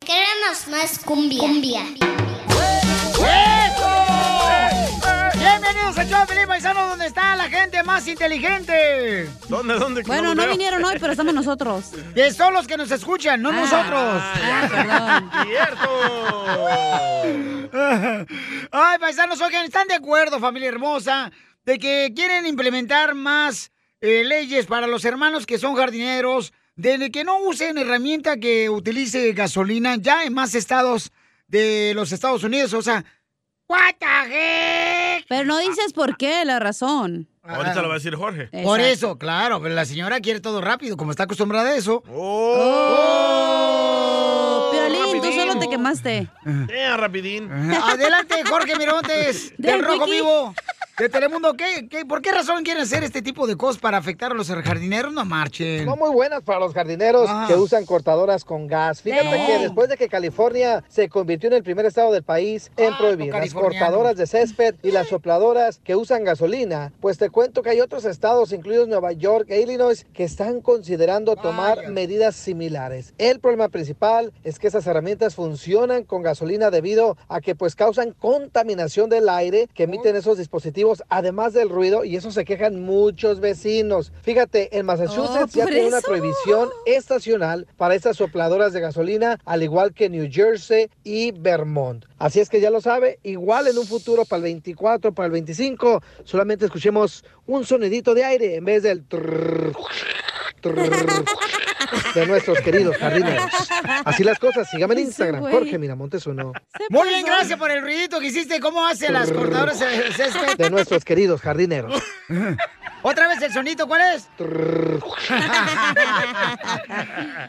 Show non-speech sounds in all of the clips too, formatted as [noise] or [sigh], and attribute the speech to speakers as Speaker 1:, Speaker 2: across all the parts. Speaker 1: Queremos más cumbia. cumbia.
Speaker 2: Bienvenidos al show, Felipe Paisano, donde está la gente más inteligente.
Speaker 3: ¿Dónde, dónde? Que
Speaker 4: Bueno,
Speaker 3: los
Speaker 4: no
Speaker 3: veo.
Speaker 4: vinieron hoy, pero estamos nosotros.
Speaker 2: Que son los que nos escuchan, no nosotros.
Speaker 4: Ah.
Speaker 2: Ay, paisanos, oigan, ¿están de acuerdo, familia hermosa, de que quieren implementar más eh, leyes para los hermanos que son jardineros, de que no usen herramienta que utilice gasolina ya en más estados de los Estados Unidos? O sea, [laughs] ¿what the heck?
Speaker 4: Pero no dices por qué, la razón.
Speaker 3: Ahorita lo va a decir Jorge.
Speaker 2: Por eso, claro, pero la señora quiere todo rápido, como está acostumbrada a eso. Oh.
Speaker 4: Oh, Piolín, tú solo te
Speaker 2: [laughs]
Speaker 4: quemaste.
Speaker 3: Eh, rapidín.
Speaker 2: Adelante, Jorge Mirontes,
Speaker 4: [laughs]
Speaker 2: del
Speaker 4: Del
Speaker 2: Rojo
Speaker 4: Wiki.
Speaker 2: Vivo. De Telemundo, ¿Qué, qué, por qué razón quieren hacer este tipo de cosas para afectar a los jardineros? No marchen.
Speaker 5: Son muy buenas para los jardineros
Speaker 2: Ah.
Speaker 5: que usan cortadoras con gas. Fíjate
Speaker 2: Sí.
Speaker 5: que después de que California se convirtió en el primer estado del país en prohibir las
Speaker 2: californiano.
Speaker 5: cortadoras de césped y las sopladoras que usan gasolina, pues te cuento que hay otros estados, incluidos Nueva York e Illinois, que están considerando tomar medidas similares. El problema principal es que esas herramientas funcionan con gasolina debido a que pues causan contaminación del aire que emiten esos dispositivos, además del ruido, y eso se quejan muchos vecinos. Fíjate, este, en Massachusetts
Speaker 6: Oh,
Speaker 5: ya
Speaker 6: por
Speaker 5: tiene una
Speaker 6: eso.
Speaker 5: prohibición estacional para estas sopladoras de gasolina, al igual que New Jersey y Vermont. Así es que ya lo sabe, igual en un futuro para el 24, para el 25, solamente escuchemos un sonidito de aire en vez del trrr, trrr de nuestros queridos
Speaker 2: [laughs]
Speaker 5: jardineros. Así las cosas, sígame en
Speaker 2: Ese
Speaker 5: Instagram,
Speaker 2: güey.
Speaker 5: Jorge Miramontes uno
Speaker 2: Muy bien, gracias por el ruidito que hiciste. ¿Cómo hacen las cortadoras este, de césped?
Speaker 5: de nuestros queridos
Speaker 2: [laughs]
Speaker 5: jardineros.
Speaker 2: Otra vez el sonito, ¿cuál
Speaker 4: [laughs]
Speaker 2: es?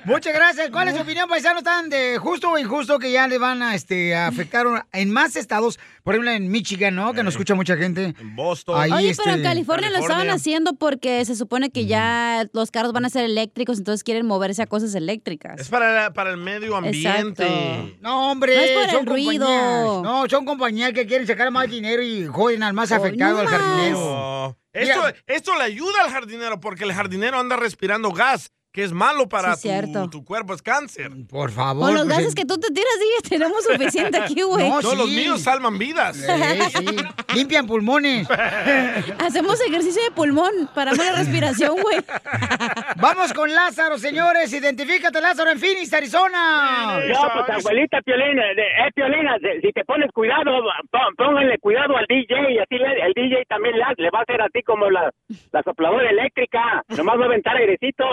Speaker 2: Muchas gracias. ¿Cuál es su opinión, paisano? ¿Tan de justo o injusto que ya le van a, este, a afectar en más estados? Por ejemplo, en Michigan, ¿no?
Speaker 3: Eh.
Speaker 2: Que nos escucha mucha gente. este, En Boston.
Speaker 4: Oye, pero en California, lo estaban haciendo porque se supone que ya los carros van a ser eléctricos, entonces quieren moverse a cosas eléctricas.
Speaker 3: Es para, para el medio ambiente.
Speaker 4: Exacto.
Speaker 2: No, hombre,
Speaker 4: No es por el
Speaker 2: son
Speaker 4: ruido.
Speaker 2: compañías. No, son compañías que quieren sacar más dinero y joden al más afectado, al jardinero.
Speaker 3: No. Esto, esto le ayuda al jardinero porque el jardinero anda respirando gas, que es malo para
Speaker 4: Sí,
Speaker 3: tu-
Speaker 4: cierto.
Speaker 3: tu, cuerpo, es cáncer.
Speaker 2: Por favor.
Speaker 4: Con los
Speaker 3: pues,
Speaker 4: gases
Speaker 3: en-
Speaker 4: que tú te tiras, sí, [laughs] tenemos suficiente aquí, güey.
Speaker 3: No, los míos salvan vidas.
Speaker 2: Limpian
Speaker 3: [laughs]
Speaker 2: pulmones.
Speaker 4: Hacemos ejercicio de pulmón, paramos la respiración, güey.
Speaker 2: Vamos con Lázaro, señores. Identifícate, Lázaro, en Phoenix, Arizona.
Speaker 7: No, pues abuelita Piolín, eh, eh, Piolín, eh, si te pones cuidado, pon- pónganle cuidado al DJ y así le- el DJ también le, ha- le va a hacer a ti como la, la sopladora eléctrica, nomás va a aventar airecito.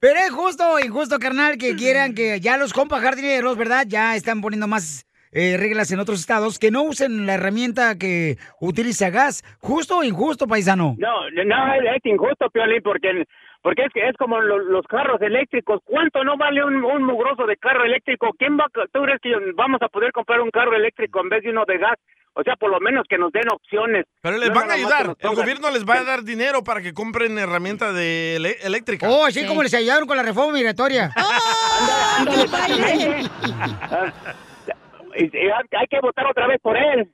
Speaker 2: Pero es justo o injusto, carnal, que quieran que ya los compas jardineros, ¿verdad? Ya están poniendo más eh, reglas en otros estados que no usen la herramienta que utiliza gas. ¿Justo o injusto, paisano?
Speaker 7: No, no, es, es injusto Piolín porque, porque es, que es como lo- los carros eléctricos, ¿cuánto no vale un, un mugroso de carro eléctrico? ¿Quién va, a- tú crees que vamos a poder comprar un carro eléctrico en vez de uno de gas? O sea, por lo menos que nos den opciones.
Speaker 3: Pero les
Speaker 7: No
Speaker 3: van a
Speaker 7: nada más que
Speaker 3: ayudar.
Speaker 7: nos
Speaker 3: El
Speaker 7: pongan-
Speaker 3: gobierno les va a dar dinero para que compren herramientas de ele- eléctrica.
Speaker 2: Oh, así como les
Speaker 3: [laughs]
Speaker 2: ayudaron con la reforma migratoria.
Speaker 4: Oh.
Speaker 7: [laughs] Y- y hay hay que votar otra vez por él.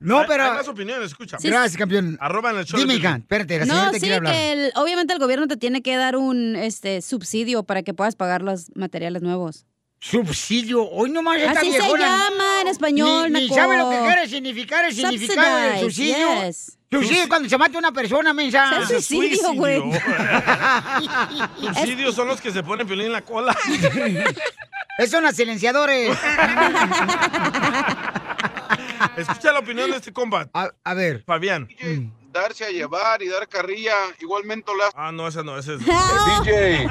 Speaker 2: No, pero-
Speaker 3: Hay más opiniones, escucha.
Speaker 4: Sí. Gracias,
Speaker 2: campeón.
Speaker 3: Arroba en el show.
Speaker 2: Dime,
Speaker 3: de Piolín.
Speaker 2: Iván, espérate, la señora
Speaker 4: No,
Speaker 2: te
Speaker 4: sí,
Speaker 2: quiere hablar.
Speaker 4: que el- obviamente el gobierno te tiene que dar un este subsidio para que puedas pagar los materiales nuevos.
Speaker 2: Subsidio, hoy nomás está
Speaker 4: Así se
Speaker 2: viejona.
Speaker 4: llama en español,
Speaker 2: Ni, ni
Speaker 4: naco.
Speaker 2: sabe lo que quiere significar el significado del
Speaker 4: Subsidize,
Speaker 2: subsidio.
Speaker 4: yes.
Speaker 2: Suicidio es cuando se mata una persona, mensa.
Speaker 4: Eso es suicidio, güey.
Speaker 3: Suicidios son los que se ponen piolín en
Speaker 2: [laughs]
Speaker 3: la cola.
Speaker 2: Esos son
Speaker 4: [laughs]
Speaker 2: los silenciadores.
Speaker 3: Escucha la opinión de este combat.
Speaker 2: A, a ver.
Speaker 3: Fabián.
Speaker 8: darse a llevar y dar carrilla, igualmente la...
Speaker 3: Ah, no, esa no,
Speaker 9: [laughs]
Speaker 3: esa
Speaker 8: [laughs]
Speaker 3: es...
Speaker 8: DJ,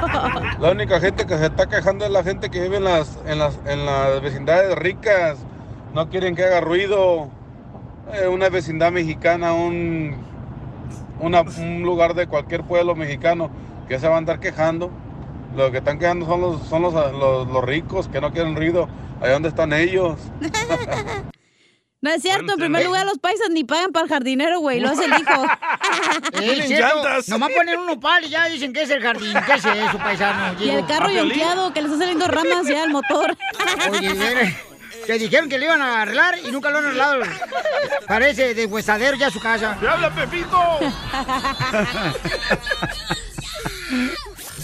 Speaker 8: la única gente que se está quejando es la gente que vive en las, en las, en las vecindades ricas. No quieren que haga ruido. Eh, una vecindad mexicana, un, una- un lugar de cualquier pueblo mexicano que se va a andar quejando. Lo que están quejando son los, son los, los, los ricos que no quieren ruido. Allá donde están ellos.
Speaker 4: No es cierto, en
Speaker 8: Cuénteme.
Speaker 4: primer lugar los paisas ni pagan para el jardinero, güey, lo hace el
Speaker 3: [laughs]
Speaker 4: hijo.
Speaker 2: Es cierto. Nomás ponen
Speaker 4: [laughs]
Speaker 2: un nopal y ya dicen que es el jardín. ¿Qué es eso, paisano?
Speaker 4: Y el carro yonqueado, que le está saliendo ramas ya al motor.
Speaker 2: [laughs] Oye, mira, que dijeron que le iban a arreglar y nunca lo han arreglado. Parece de huesadero ya su casa.
Speaker 3: ¡Me habla Pepito!
Speaker 10: [laughs]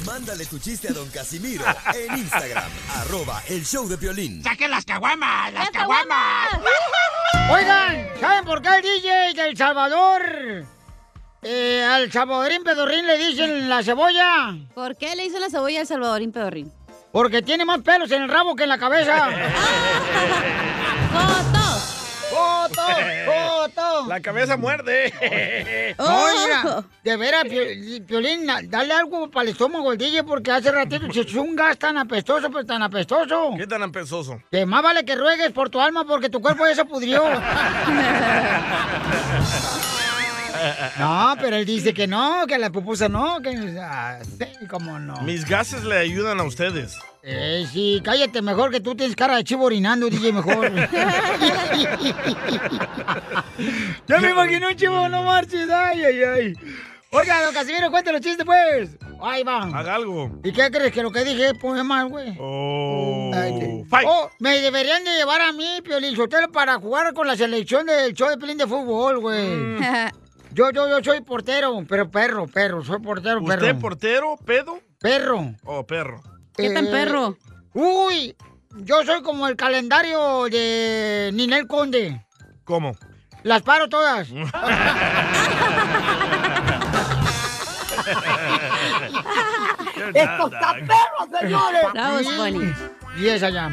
Speaker 10: Mándale tu chiste a don Casimiro en Instagram, arroba el show de violín.
Speaker 2: [laughs] ¡Saquen las caguamas! ¡Las caguamas! Oigan, ¿saben por qué el DJ del Salvador? eh, al Salvadorín Pedorrín le dicen la cebolla.
Speaker 4: [laughs] ¿Por qué le hizo la cebolla al Salvadorín Pedorrín?
Speaker 2: Porque tiene más pelos en el rabo que en la
Speaker 3: [laughs]
Speaker 2: cabeza.
Speaker 3: Oh,
Speaker 2: ¡Foto! ¡Foto!
Speaker 3: La Oh. cabeza muerde.
Speaker 2: No, mira, de veras, Pio- Piolín, na- dale algo para el estómago al DJ porque hace ratito se echó un gas tan apestoso, pero tan apestoso.
Speaker 3: ¿Qué tan ampesoso?
Speaker 2: Que más vale que ruegues por tu alma porque tu cuerpo ya se
Speaker 3: [laughs]
Speaker 2: pudrió. no, pero él dice que no, que la pupusa no, que... ah, sí, cómo no.
Speaker 3: Mis gases le ayudan a ustedes.
Speaker 2: Eh, sí, cállate mejor que tú tienes cara de chivo orinando, DJ, mejor.
Speaker 3: [laughs]
Speaker 2: ya me imaginé un chivo, no marches, ay, ay, ay. Oiga, don Casimiro, cuéntale los chistes, pues. Ahí va.
Speaker 3: Haga algo.
Speaker 2: ¿Y qué crees que lo que dije pues, es más, güey?
Speaker 3: Oh.
Speaker 2: Oh, me deberían de llevar a mí, Piolín Sotelo, para jugar con la selección del show de Piolín de fútbol, güey. Yo, yo, yo soy portero, pero perro, perro, soy portero,
Speaker 3: ¿Usted
Speaker 2: perro.
Speaker 3: portero, pedo?
Speaker 2: Perro.
Speaker 3: Oh, perro.
Speaker 2: Eh, Uy, yo soy como el calendario de Ninel Conde.
Speaker 3: ¿Cómo?
Speaker 2: Las paro todas. [laughs]
Speaker 9: ¡Esto está perro, señores!
Speaker 2: Sí. Y esa ya.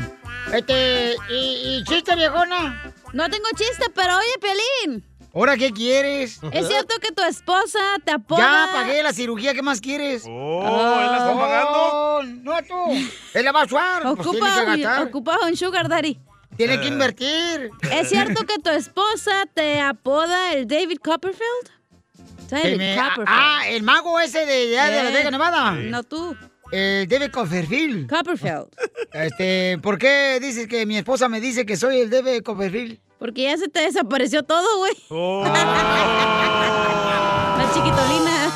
Speaker 2: Este, ¿y, y chiste, viejona?
Speaker 4: No tengo chiste, pero oye, Pelín.
Speaker 2: ¿Ahora qué quieres?
Speaker 4: ¿Es cierto que tu esposa te apoya?
Speaker 2: Ya pagué la cirugía, ¿qué más quieres?
Speaker 3: Oh, ¿él la está
Speaker 2: Oh, No, tú. Él la va a usar. pues, tiene
Speaker 4: Ocupa,
Speaker 2: que
Speaker 4: un,
Speaker 2: gastar.
Speaker 4: ocupa un sugar daddy.
Speaker 2: Tiene que invertir.
Speaker 4: ¿Es cierto que tu esposa te apoda el David Copperfield?
Speaker 2: Que
Speaker 4: David
Speaker 2: me-
Speaker 4: Copperfield.
Speaker 2: ah, el mago ese de, de, de la
Speaker 4: Eh,
Speaker 2: Vega Nevada.
Speaker 4: No tú.
Speaker 2: Eh, David Copperfield.
Speaker 4: Copperfield.
Speaker 2: Este, ¿por qué dices que mi esposa me dice que soy el David Copperfield?
Speaker 4: Porque ya se te desapareció todo, güey. [laughs]
Speaker 3: La
Speaker 4: chiquitolina.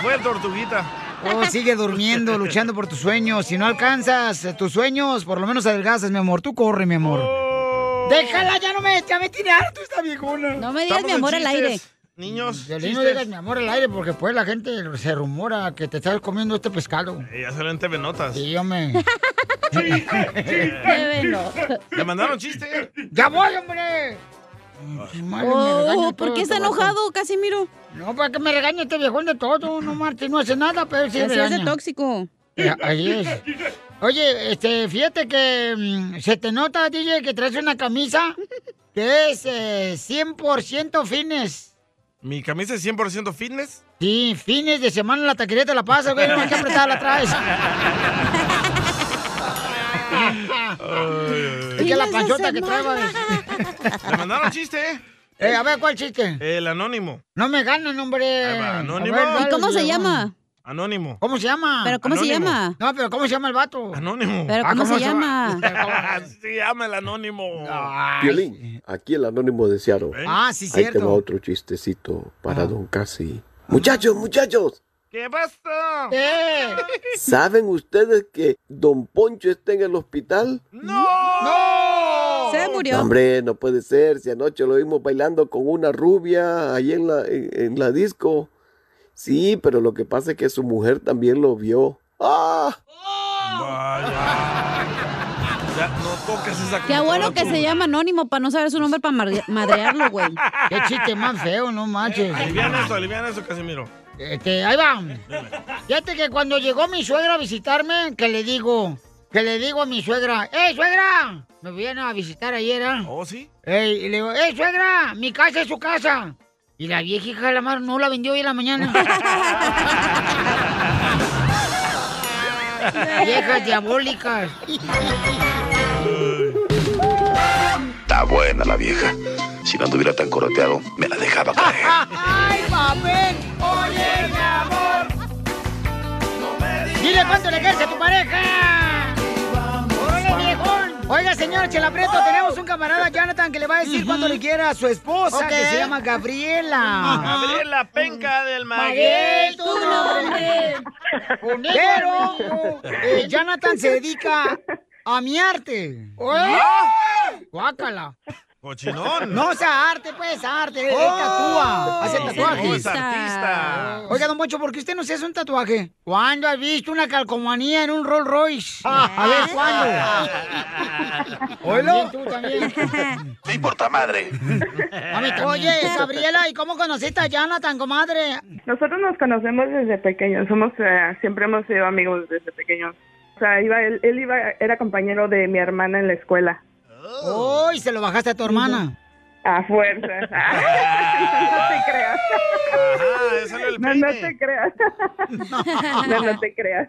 Speaker 3: Fue tortuguita.
Speaker 2: Oh, sigue durmiendo, luchando por tus sueños. Si no alcanzas eh, tus sueños, por lo menos adelgazas, mi amor. Tú corre, mi amor.
Speaker 3: Oh,
Speaker 2: Déjala, ya no me, ya me tiene harto esta viejona.
Speaker 4: No me digas Estamos mi en amor al chistes, aire.
Speaker 3: Niños,
Speaker 2: Violín, no
Speaker 3: chistes.
Speaker 2: digas mi amor al aire porque pues la gente se rumora que te estás comiendo este pescado.
Speaker 3: Eh, Ya salen TV Notas.
Speaker 2: Sí, hombre.
Speaker 3: [laughs] ¿Le mandaron chiste?
Speaker 2: ¡Ya voy, hombre! Madre, me regaña
Speaker 4: Oh,
Speaker 2: todo
Speaker 4: ¿por qué
Speaker 2: este
Speaker 4: está
Speaker 2: vato.
Speaker 4: enojado, Casimiro?
Speaker 2: No, para que me regañe este viejón de todo. No, Martín, no hace nada, pero sí
Speaker 4: Así es de
Speaker 2: regaña.
Speaker 4: tóxico.
Speaker 2: Eh, Ahí es. Oye, este, fíjate que mm, se te nota, DJ, que traes una
Speaker 3: [laughs]
Speaker 2: camisa que es eh, 100% fines.
Speaker 3: ¿Mi camisa es 100% fitness?
Speaker 2: Sí, fines de semana en la taquería te la pasas, güey, no hay que apretar la
Speaker 3: [laughs]
Speaker 2: traes. Es que la
Speaker 3: Fines de
Speaker 2: panchota que traes.
Speaker 3: ¿Le mandaron chiste?
Speaker 2: Eh, a ver, ¿cuál chiste?
Speaker 3: El anónimo.
Speaker 2: No me ganan, hombre.
Speaker 3: Ahí va, anónimo.
Speaker 2: A ver, dale,
Speaker 3: ¿Y cómo se
Speaker 2: viejo.
Speaker 3: llama?
Speaker 2: [laughs]
Speaker 3: Anónimo.
Speaker 2: ¿Cómo se llama?
Speaker 3: ¿Pero cómo se Anónimo. llama?
Speaker 2: No, pero ¿cómo se llama el vato?
Speaker 3: Anónimo.
Speaker 2: Ah, [laughs]
Speaker 3: Así se llama el anónimo.
Speaker 11: Violín, aquí el anónimo de Seattle.
Speaker 3: Ah, sí,
Speaker 11: Ahí te
Speaker 3: cierto.
Speaker 11: va otro chistecito para
Speaker 3: Ah.
Speaker 11: don Casi. Muchachos, muchachos,
Speaker 3: ¿Qué pasa?
Speaker 2: ¿Qué?
Speaker 11: ¿saben ustedes que don Poncho está en el hospital?
Speaker 3: ¡No!
Speaker 4: Se
Speaker 11: No,
Speaker 4: murió.
Speaker 11: hombre, no puede ser. Si anoche lo vimos bailando con una rubia ahí en la, en, en la disco. Sí, pero lo que pasa es que su mujer también lo vio. ¡Ah!
Speaker 3: Vaya. Ya, no, boca se sacó.
Speaker 4: Qué bueno que se
Speaker 3: llama.
Speaker 4: llama anónimo para no saber su nombre para mar- madrearlo, güey.
Speaker 2: Qué chiste más feo, no manches.
Speaker 3: Eh, Alivian eso, alivian eso, Casimiro.
Speaker 2: Este, ahí va. Fíjate que cuando llegó mi suegra a visitarme, que le digo, que le digo a mi suegra, ¡Ey, suegra! Me viene a visitar ayer, ¿ah?
Speaker 3: ¿Oh, sí?
Speaker 2: y le digo, ¡Ey, suegra! Mi casa es su casa. Y la vieja hija de la mar no la vendió hoy en la
Speaker 3: [laughs]
Speaker 2: mañana. Viejas diabólicas.
Speaker 12: Está buena la vieja. Si no anduviera tan coroteado, me la dejaba caer.
Speaker 2: ¡Ay, papel! ¡Oye, mi amor! Dile cuánto le quieres a tu pareja. ¡Órale, viejón! Oiga, señor Chelapreto,
Speaker 3: Oh.
Speaker 2: tenemos un camarada, Jonathan, que le va a decir cuánto le quiere a su esposa,
Speaker 3: Ok.
Speaker 2: que se llama Gabriela.
Speaker 3: Gabriela Penca del
Speaker 2: Ah. Maguey,
Speaker 3: Maguey.
Speaker 2: tu nombre. Pero eh, Jonathan se dedica a mi arte.
Speaker 3: ¿Oh?
Speaker 2: ¡Eh! ¡Guácala!
Speaker 3: Cochinón.
Speaker 2: No, o sea, arte, pues, arte. Él
Speaker 3: Oh,
Speaker 2: tatúa, hace
Speaker 3: sí,
Speaker 2: tatuajes.
Speaker 3: no, es artista.
Speaker 2: Oiga, don Mocho, ¿por qué usted no se hace un tatuaje? ¿Cuándo has visto una calcomanía en un Rolls Royce? [laughs] A ver, [laughs]
Speaker 3: Ah.
Speaker 2: ¿cuándo? Oilo. tú [laughs] también.
Speaker 12: No importa madre.
Speaker 2: Oye, Gabriela, ¿y cómo conociste a Jonathan, comadre?
Speaker 13: Nosotros nos conocemos desde pequeños, somos eh, siempre hemos sido amigos desde pequeños. O sea, iba, él, él iba, era compañero de mi hermana en la escuela.
Speaker 2: Oh, y se lo bajaste a tu hermana.
Speaker 13: A [laughs] fuerza.
Speaker 3: Ah,
Speaker 13: no te creas. no, no te creas. [laughs] no, no te creas.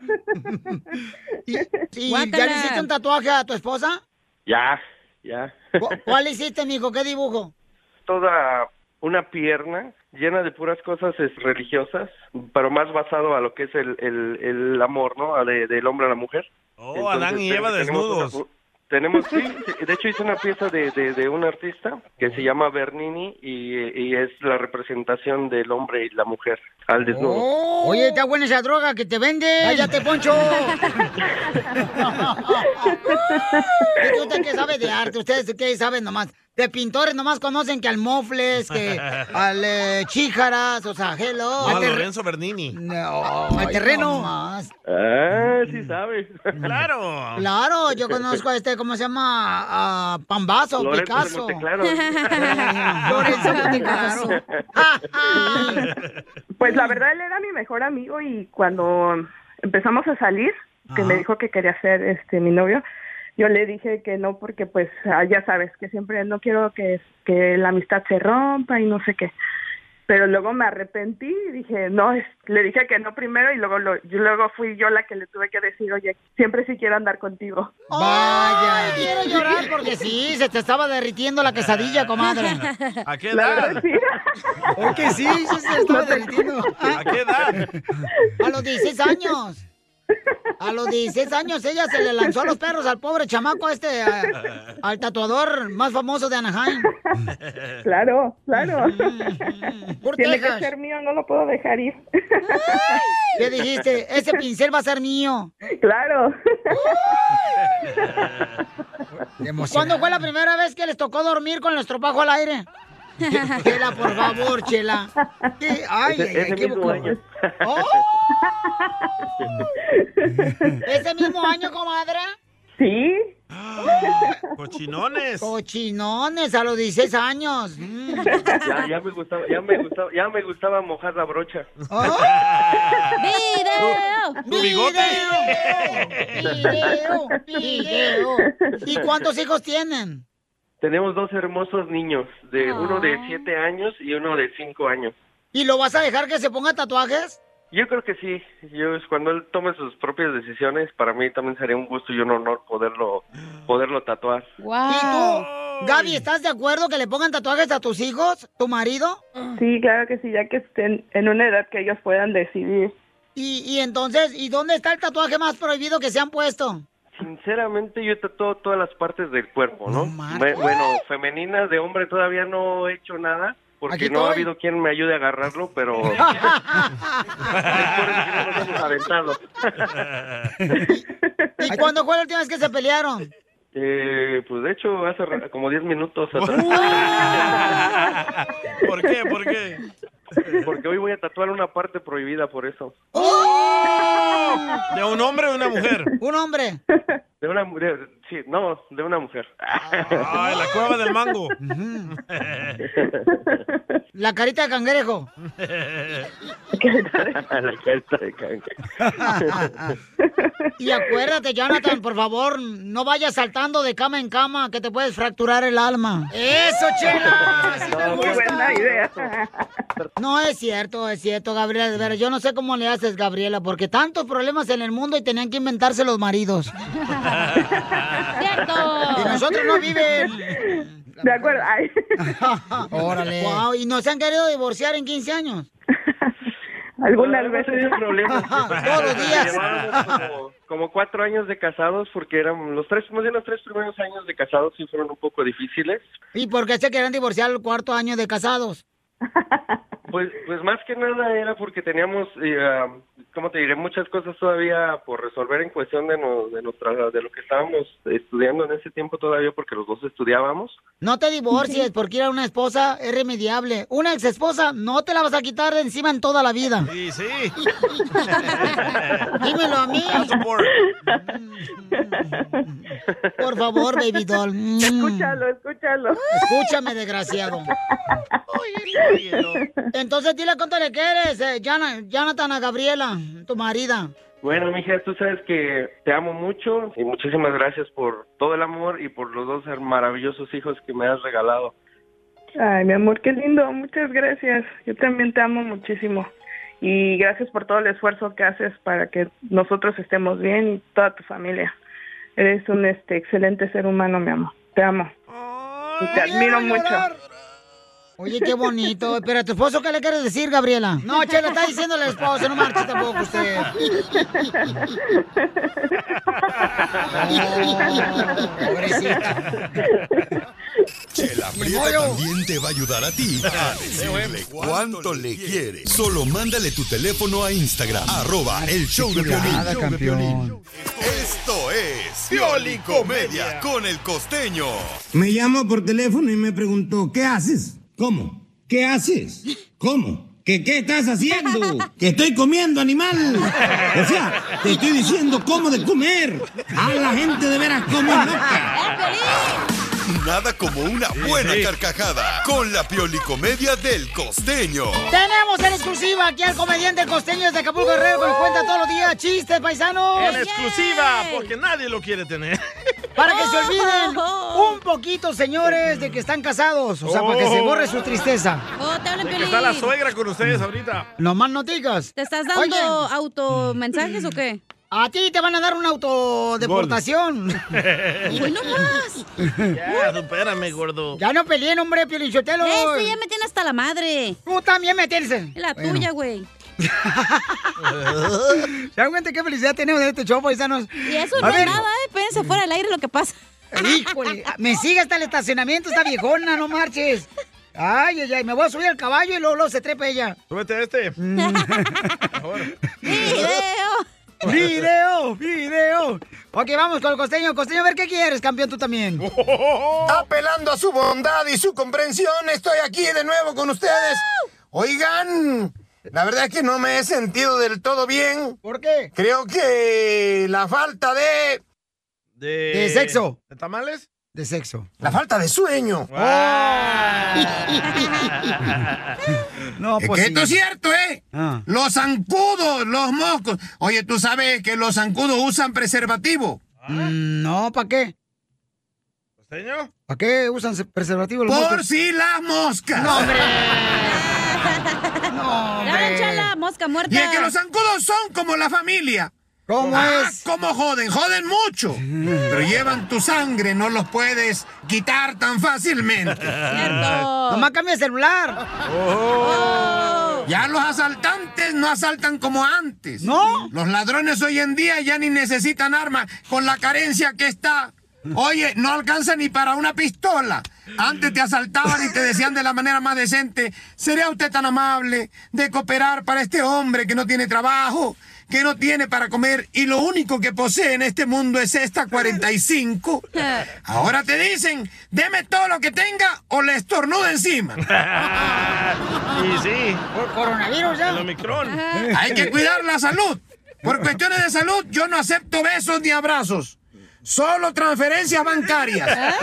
Speaker 2: [laughs] ¿Y ya le hiciste un tatuaje a tu esposa?
Speaker 14: Ya, ya.
Speaker 2: ¿Cu- ¿Cuál hiciste, mijo? ¿Qué dibujo?
Speaker 14: [laughs] Toda una pierna llena de puras cosas es, religiosas, pero más basado a lo que es el, el, el amor, ¿no? A de- del hombre a la mujer.
Speaker 3: Oh, Adán y
Speaker 14: te-
Speaker 3: Eva
Speaker 14: tenemos una
Speaker 3: desnudos.
Speaker 14: pu- tenemos, sí, sí, de hecho hice una pieza de, de, de un artista que se llama Bernini y, y es la representación del hombre y la mujer al desnudo.
Speaker 2: Oh. Oye, está buena esa droga que te vende. Cállate, Poncho. [laughs] ¿Y ¿Usted qué sabe de arte? ¿Ustedes qué saben nomás? De pintores nomás conocen que al Mofles, que al eh, Chíjaras, o sea, hello.
Speaker 3: No,
Speaker 2: al,
Speaker 3: a
Speaker 2: ter-
Speaker 3: Lorenzo Bernini.
Speaker 2: No, al
Speaker 3: Ay,
Speaker 2: terreno.
Speaker 14: Ah, sí sabes.
Speaker 3: Claro.
Speaker 2: Claro, yo conozco a este, ¿cómo se llama? A Pambazo,
Speaker 3: Lorenzo de
Speaker 2: Picasso.
Speaker 3: Monteclaro.
Speaker 2: [laughs] Lorenzo de Monteclaro.
Speaker 13: [laughs] Pues la verdad él era mi mejor amigo y cuando empezamos a salir, que me dijo que quería ser este mi novio, yo le dije que no porque pues ah, ya sabes que siempre no quiero que, que la amistad se rompa y no sé qué. Pero luego me arrepentí y dije, no, es- le dije que no primero y luego lo- yo- luego fui yo la que le tuve que decir, oye, siempre sí quiero andar contigo.
Speaker 2: Vaya. Quiero llorar porque sí, se te estaba derritiendo
Speaker 3: [laughs]
Speaker 2: la quesadilla, comadre.
Speaker 3: Ah, ¿A qué
Speaker 2: La
Speaker 3: edad?
Speaker 2: verdad, ¿Por qué sí?
Speaker 9: [laughs]
Speaker 2: se- se estaba derritiendo.
Speaker 3: ¿A qué edad?
Speaker 2: A los 16 años. A los 16 años ella se le lanzó a los perros al pobre chamaco este, a- al tatuador más famoso de Anaheim.
Speaker 13: Claro, claro.
Speaker 2: Por
Speaker 13: Tiene que
Speaker 2: Texas.
Speaker 13: ser mío, no lo puedo dejar ir.
Speaker 2: Le dijiste, ese pincel va a ser mío.
Speaker 13: Claro.
Speaker 2: ¿Cuándo fue la primera vez que les tocó dormir con el estropajo al aire? [laughs] Chela, por favor, Chela. Sí, Ay, ay,
Speaker 14: Ese-
Speaker 2: ay,
Speaker 14: ese
Speaker 2: qué Oh.
Speaker 14: mismo
Speaker 2: boca-
Speaker 14: año.
Speaker 2: ¿Ese mismo año, comadre?
Speaker 13: Sí.
Speaker 3: [laughs] Cochinones.
Speaker 2: Cochinones a los 16 años. Mm.
Speaker 14: Ya, ya me gustaba, ya me gustaba, ya me gustaba mojar la brocha. [laughs]
Speaker 2: Mm. ¡Video!
Speaker 3: ¿Tu bigote?
Speaker 2: ¡Video! ¡Video! ¿Y cuántos hijos tienen?
Speaker 14: Tenemos dos hermosos niños, de uno de siete años y uno de cinco años.
Speaker 2: ¿Y lo vas a dejar que se ponga tatuajes?
Speaker 14: Yo creo que sí. Yo cuando él tome sus propias decisiones, para mí también sería un gusto y un honor poderlo poderlo tatuar.
Speaker 2: ¿Y tú, Gaby, estás de acuerdo que le pongan tatuajes a tus hijos, tu marido?
Speaker 13: Sí, claro que sí, ya que estén [laughs] en una edad que ellos puedan decidir.
Speaker 2: Y, y entonces, ¿y dónde está el tatuaje más prohibido que se han puesto?
Speaker 14: Sinceramente, yo tatúo todas las partes del cuerpo, ¿no? Be- bueno, femeninas de hombre todavía no he hecho nada porque
Speaker 2: Aquí
Speaker 14: no ha
Speaker 2: estoy.
Speaker 14: habido quien me ayude a agarrarlo,
Speaker 2: [laughs]
Speaker 14: pero [laughs] Es por eso que no nos hemos aventado.
Speaker 2: ¿Y cuándo fue la última vez que se pelearon?
Speaker 14: Eh, pues de hecho hace ra- como 10 minutos atrás.
Speaker 3: [laughs] ¿Por [laughs] qué? ¿Por qué?
Speaker 14: [laughs] Porque hoy voy a tatuar una parte
Speaker 2: ¡Oh!
Speaker 14: prohibida por eso.
Speaker 3: ¿De un ¡Oh! hombre o de una mujer?
Speaker 2: Un hombre.
Speaker 14: De una mujer, sí, no, de una mujer.
Speaker 3: Ah,
Speaker 14: [laughs]
Speaker 3: en la cueva
Speaker 2: [laughs]
Speaker 3: del mango.
Speaker 2: Ah, La carita de cangrejo.
Speaker 14: la carta de cangrejo.
Speaker 2: Y acuérdate, Jonathan, por favor, no vayas saltando de cama en cama, que te puedes fracturar el alma. ¡Eso, chela! ¡Así me
Speaker 9: No, muy
Speaker 2: gusta!
Speaker 9: buena idea.
Speaker 2: No, es cierto, es cierto, Gabriela. De veras, yo no sé cómo le haces, Gabriela, porque tantos problemas en el mundo y tenían que inventarse los maridos. Y nosotros no viven.
Speaker 13: De acuerdo. Ay.
Speaker 2: Órale. Wow, y no se han querido divorciar en 15 años.
Speaker 14: No, hemos tenido
Speaker 2: [laughs]
Speaker 14: problemas.
Speaker 2: Todos los días.
Speaker 14: Llevábamos Como, como cuatro años de casados porque eran los tres, más bien los tres primeros años de casados sí fueron un poco difíciles.
Speaker 2: ¿Y por qué se querían divorciar al cuarto año de casados?
Speaker 14: Pues, pues más que nada era porque teníamos, como ¿cómo te diré? Muchas cosas todavía por resolver en cuestión de, no- de, nuestra, de lo que estábamos estudiando en ese tiempo todavía porque los dos estudiábamos.
Speaker 2: No te divorcies porque ir a una esposa es remediable. Una ex esposa no te la vas a quitar de encima en toda la vida.
Speaker 3: Sí, sí.
Speaker 2: Dímelo a mí. Mm. Por favor, baby doll. Escúchalo,
Speaker 3: [laughs]
Speaker 13: escúchalo.
Speaker 2: Escúchame, desgraciado. Entonces dile cuánto le quieres, eh, Jana- Jonathan a Gabriela, tu marida.
Speaker 14: Bueno, mija, tú sabes que te amo mucho y muchísimas gracias por todo el amor y por los dos maravillosos hijos que me has regalado.
Speaker 13: Ay, mi amor, qué lindo. Muchas gracias. Yo también te amo muchísimo. Y gracias por todo el esfuerzo que haces para que nosotros estemos bien y toda tu familia. Eres un este excelente ser humano, mi amor. Te amo. Y te admiro mucho.
Speaker 2: Oye, qué bonito. Pero a tu esposo, ¿qué le quieres decir, Gabriela? No, che, le está diciendo el esposo, no marches tampoco
Speaker 13: [laughs]
Speaker 2: usted.
Speaker 10: Chela Prieta también te va a ayudar a ti a [laughs] decirle cuánto le quieres. Solo mándale tu teléfono a Instagram, arroba el show de
Speaker 9: chulada,
Speaker 10: Piolín. Esto es Pioli Comedia con el costeño.
Speaker 15: Me llamó por teléfono y me preguntó, ¿qué haces? ¿Cómo? ¿Qué haces? ¿Cómo? ¿Que qué estás
Speaker 2: [laughs]
Speaker 15: haciendo? Que estoy comiendo animal. O sea, te estoy diciendo cómo de comer. A la gente de veras come loca.
Speaker 10: Nada como una buena carcajada con la Pioli Comedia del costeño.
Speaker 2: Tenemos en exclusiva aquí al comediante costeño de Acapulco Guerrero que nos cuenta todos los días chistes, paisanos.
Speaker 3: En exclusiva, porque nadie lo quiere tener.
Speaker 2: Para que se olviden
Speaker 4: Oh.
Speaker 2: un poquito, señores, de que están casados. O sea, para que se borre su tristeza.
Speaker 4: Oh, te hablan,
Speaker 3: De que
Speaker 4: Piolín.
Speaker 3: está la suegra con ustedes ahorita.
Speaker 2: No más noticas.
Speaker 4: ¿Te estás dando automensajes o qué?
Speaker 2: A ti te van a dar una autodeportación.
Speaker 4: Uy, no más.
Speaker 3: Ya, supérame, gordo.
Speaker 2: Ya no peleen, hombre, Piolichotelo.
Speaker 4: Este ya me tiene hasta la madre.
Speaker 2: Tú también me tienes.
Speaker 4: La
Speaker 2: Bueno.
Speaker 4: tuya, güey.
Speaker 2: [laughs] ¿Se dan cuenta qué felicidad tenemos de este show, paisanos?
Speaker 4: Y eso no es nada, ¿eh? Pérense fuera del
Speaker 2: [laughs]
Speaker 4: aire lo que pasa.
Speaker 2: Híjole, me sigue hasta el estacionamiento esta viejona, no marches. Ay, ay, ay, me voy a subir al caballo y luego, luego se trepa ella. Mm.
Speaker 3: Súbete a este.
Speaker 4: [laughs]
Speaker 2: ¡Video! ¡Video! ¡Video! Ok, vamos con el costeño. Costeño, a ver qué quieres, campeón, tú
Speaker 3: [laughs]
Speaker 2: también.
Speaker 16: Apelando a su bondad y su comprensión, estoy aquí de nuevo con ustedes. Oigan, la verdad es que no me he sentido del todo bien.
Speaker 2: ¿Por qué?
Speaker 16: Creo que la falta de...
Speaker 3: De...
Speaker 16: ¿De sexo?
Speaker 3: ¿De tamales?
Speaker 2: De sexo.
Speaker 16: La falta de sueño. [laughs]
Speaker 2: No,
Speaker 16: Es
Speaker 2: pues
Speaker 16: que
Speaker 2: sí.
Speaker 16: esto es cierto, ¿eh?
Speaker 2: Ah.
Speaker 16: Los zancudos, los moscos. Oye, tú sabes que los zancudos usan preservativo.
Speaker 2: Ah. Mm, No, ¿para qué?
Speaker 3: ¿Costeño?
Speaker 2: ¿Para qué usan se- preservativo? los
Speaker 16: Por
Speaker 2: moscos?
Speaker 16: si las moscas.
Speaker 2: ¡No, hombre!
Speaker 3: [laughs]
Speaker 4: Claro, chala, mosca muerta.
Speaker 16: Y es que los zancudos son como la familia.
Speaker 2: ¿Cómo
Speaker 16: es? ¿Cómo joden? Joden
Speaker 2: [laughs]
Speaker 16: mucho. Pero llevan tu sangre, no los puedes quitar tan fácilmente.
Speaker 2: Cierto. [laughs] Nomás cambia el celular.
Speaker 16: Ya los asaltantes no asaltan como antes.
Speaker 2: ¿No?
Speaker 16: Los ladrones hoy en día ya ni necesitan armas con la carencia que está. Oye, no alcanza ni para una pistola. Antes te asaltaban y te decían de la manera más decente, ¿sería usted tan amable de cooperar para este hombre que no tiene trabajo, que no tiene para comer y lo único que posee en este mundo es esta 45? Ahora te dicen, deme todo lo que tenga o le estornudo encima.
Speaker 3: [laughs] y sí.
Speaker 2: Por coronavirus ya.
Speaker 3: El Omicron.
Speaker 16: Hay que cuidar la salud. Por cuestiones de salud, yo no acepto besos ni abrazos. Solo transferencias bancarias. [laughs]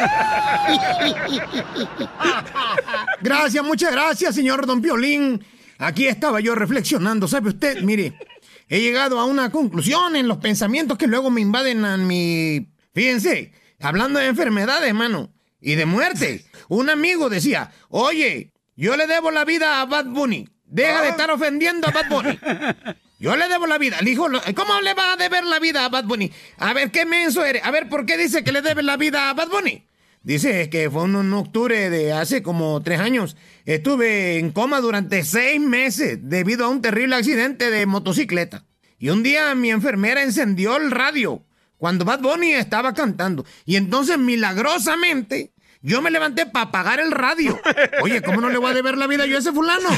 Speaker 16: Gracias, muchas gracias, señor Don Piolín. Aquí estaba yo reflexionando, ¿sabe usted? Mire, he llegado a una conclusión en los pensamientos que luego me invaden a mi... Fíjense, hablando de enfermedades, hermano, y de muerte. Un amigo decía, oye, yo le debo la vida a Bad Bunny. Deja de estar ofendiendo a Bad Bunny. Yo le debo la vida. Le dijo, ¿cómo le va a deber la vida a Bad Bunny? A ver, ¿qué menso eres? A ver, ¿por qué dice que le debe la vida a Bad Bunny? Dice que fue un, un octubre de hace como tres años. Estuve en coma durante seis meses debido a un terrible accidente de motocicleta. Y un día mi enfermera encendió el radio cuando Bad Bunny estaba cantando. Y entonces, milagrosamente, yo me levanté para apagar el radio. Oye, ¿cómo no le voy a deber la vida yo a ese fulano?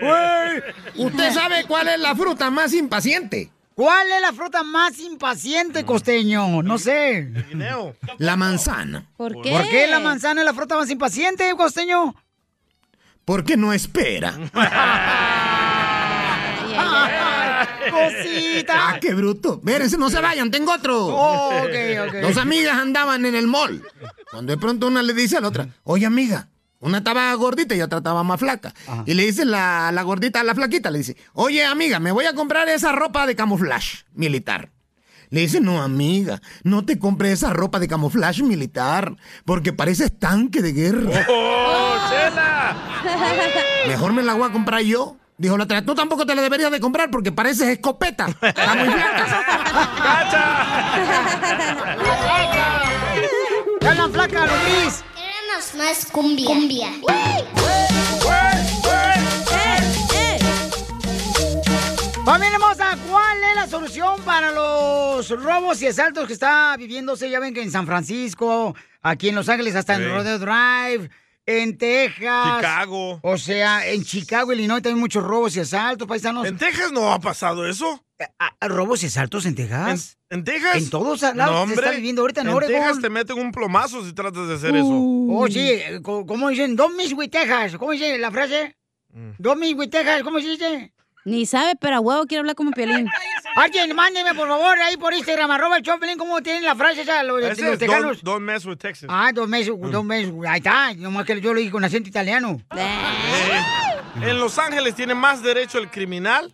Speaker 16: Güey, ¿Usted sabe cuál es la fruta más impaciente? Mm.
Speaker 2: ¿Cuál es la fruta más impaciente, costeño? No sé.
Speaker 16: La manzana.
Speaker 2: ¿Por qué? ¿Por qué la manzana es la fruta más impaciente, costeño?
Speaker 16: Porque no espera.
Speaker 2: Cosita.
Speaker 16: Ah, qué bruto. Vérense, no se vayan, tengo otro.
Speaker 2: Oh, ok, ok.
Speaker 16: Dos amigas andaban en el mall. Cuando de pronto una le dice a la otra, oye amiga, una estaba gordita y otra estaba más flaca. Y le dice la, la gordita a la flaquita, le dice, oye amiga, me voy a comprar esa ropa de camuflaje militar. Le dice, no amiga, no te compres esa ropa de camuflaje militar, porque pareces tanque de guerra. [laughs] Mejor me la voy a comprar yo. Dijo la otra, tú tampoco te la deberías de comprar porque pareces escopeta. Está muy [laughs]
Speaker 2: ¡Hablan flaca, Luis!
Speaker 1: Queremos más cumbia. Cumbia.
Speaker 2: Familia hermosa, ¿cuál es la solución para los robos y asaltos que está viviéndose? Ya ven que en San Francisco, aquí en Los Ángeles, hasta
Speaker 3: Sí.
Speaker 2: en Rodeo Drive, en Texas.
Speaker 3: Chicago.
Speaker 2: O sea, en Chicago, Illinois, también muchos robos y asaltos, paisanos. ¿En
Speaker 3: Texas no ha pasado eso?
Speaker 2: Eh, ah, ¿Robos y asaltos en Texas?
Speaker 3: ¿En, en Texas?
Speaker 2: En todos lados se está viviendo ahorita en Oregon.
Speaker 3: Texas te meten un plomazo si tratas de hacer
Speaker 2: Oh,
Speaker 3: eso.
Speaker 2: sí, eh, co- ¿cómo dicen? Don't miss with Texas. ¿Cómo dice la frase?
Speaker 3: Mm.
Speaker 2: Don't miss with Texas. ¿Cómo se dice?
Speaker 4: Ni sabe, pero a huevo quiero hablar como Piolín.
Speaker 2: Alguien, mándeme, por favor, ahí por Instagram, arroba el Choplin, ¿cómo tienen la frase esa, los,
Speaker 3: Ese
Speaker 2: los
Speaker 3: es Mm.
Speaker 2: tejanos?
Speaker 3: don't, don't mess with Texas.
Speaker 2: Ah, dos meses, dos meses, ahí está, nomás que yo lo dije con acento italiano.
Speaker 3: Eh, En Los Ángeles tiene más derecho el criminal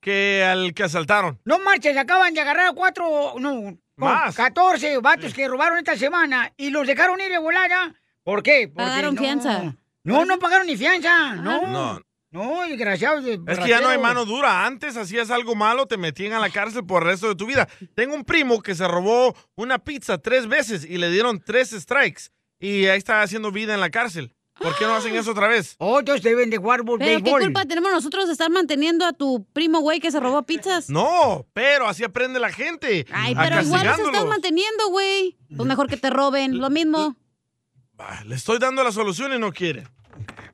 Speaker 3: que al que asaltaron.
Speaker 2: No marches, acaban de agarrar a cuatro, no,
Speaker 3: Más.
Speaker 2: no, 14 vatos que robaron esta semana y los dejaron ir de volada. ¿Por qué? Porque
Speaker 4: Pagaron
Speaker 2: no-
Speaker 4: fianza. Ah.
Speaker 2: No, no pagaron ni fianza, no.
Speaker 3: No.
Speaker 2: No, desgraciados. de
Speaker 3: Es que ya no hay
Speaker 2: rateros.
Speaker 3: mano dura. Antes hacías algo malo, te metían a la cárcel por el resto de tu vida. Tengo un primo que se robó una pizza tres veces y le dieron tres strikes. Y ahí está haciendo vida en la cárcel. ¿Por qué no hacen eso otra vez?
Speaker 2: Otros Oh, deben de jugar
Speaker 4: Pero qué culpa tenemos nosotros de estar manteniendo a tu primo güey que se robó pizzas.
Speaker 3: No, pero así aprende la gente.
Speaker 4: Ay,
Speaker 3: a
Speaker 4: pero igual los estás
Speaker 3: castigándolos.
Speaker 4: manteniendo, güey. Pues mejor que te roben, lo mismo.
Speaker 3: Le estoy dando la solución y no quiere.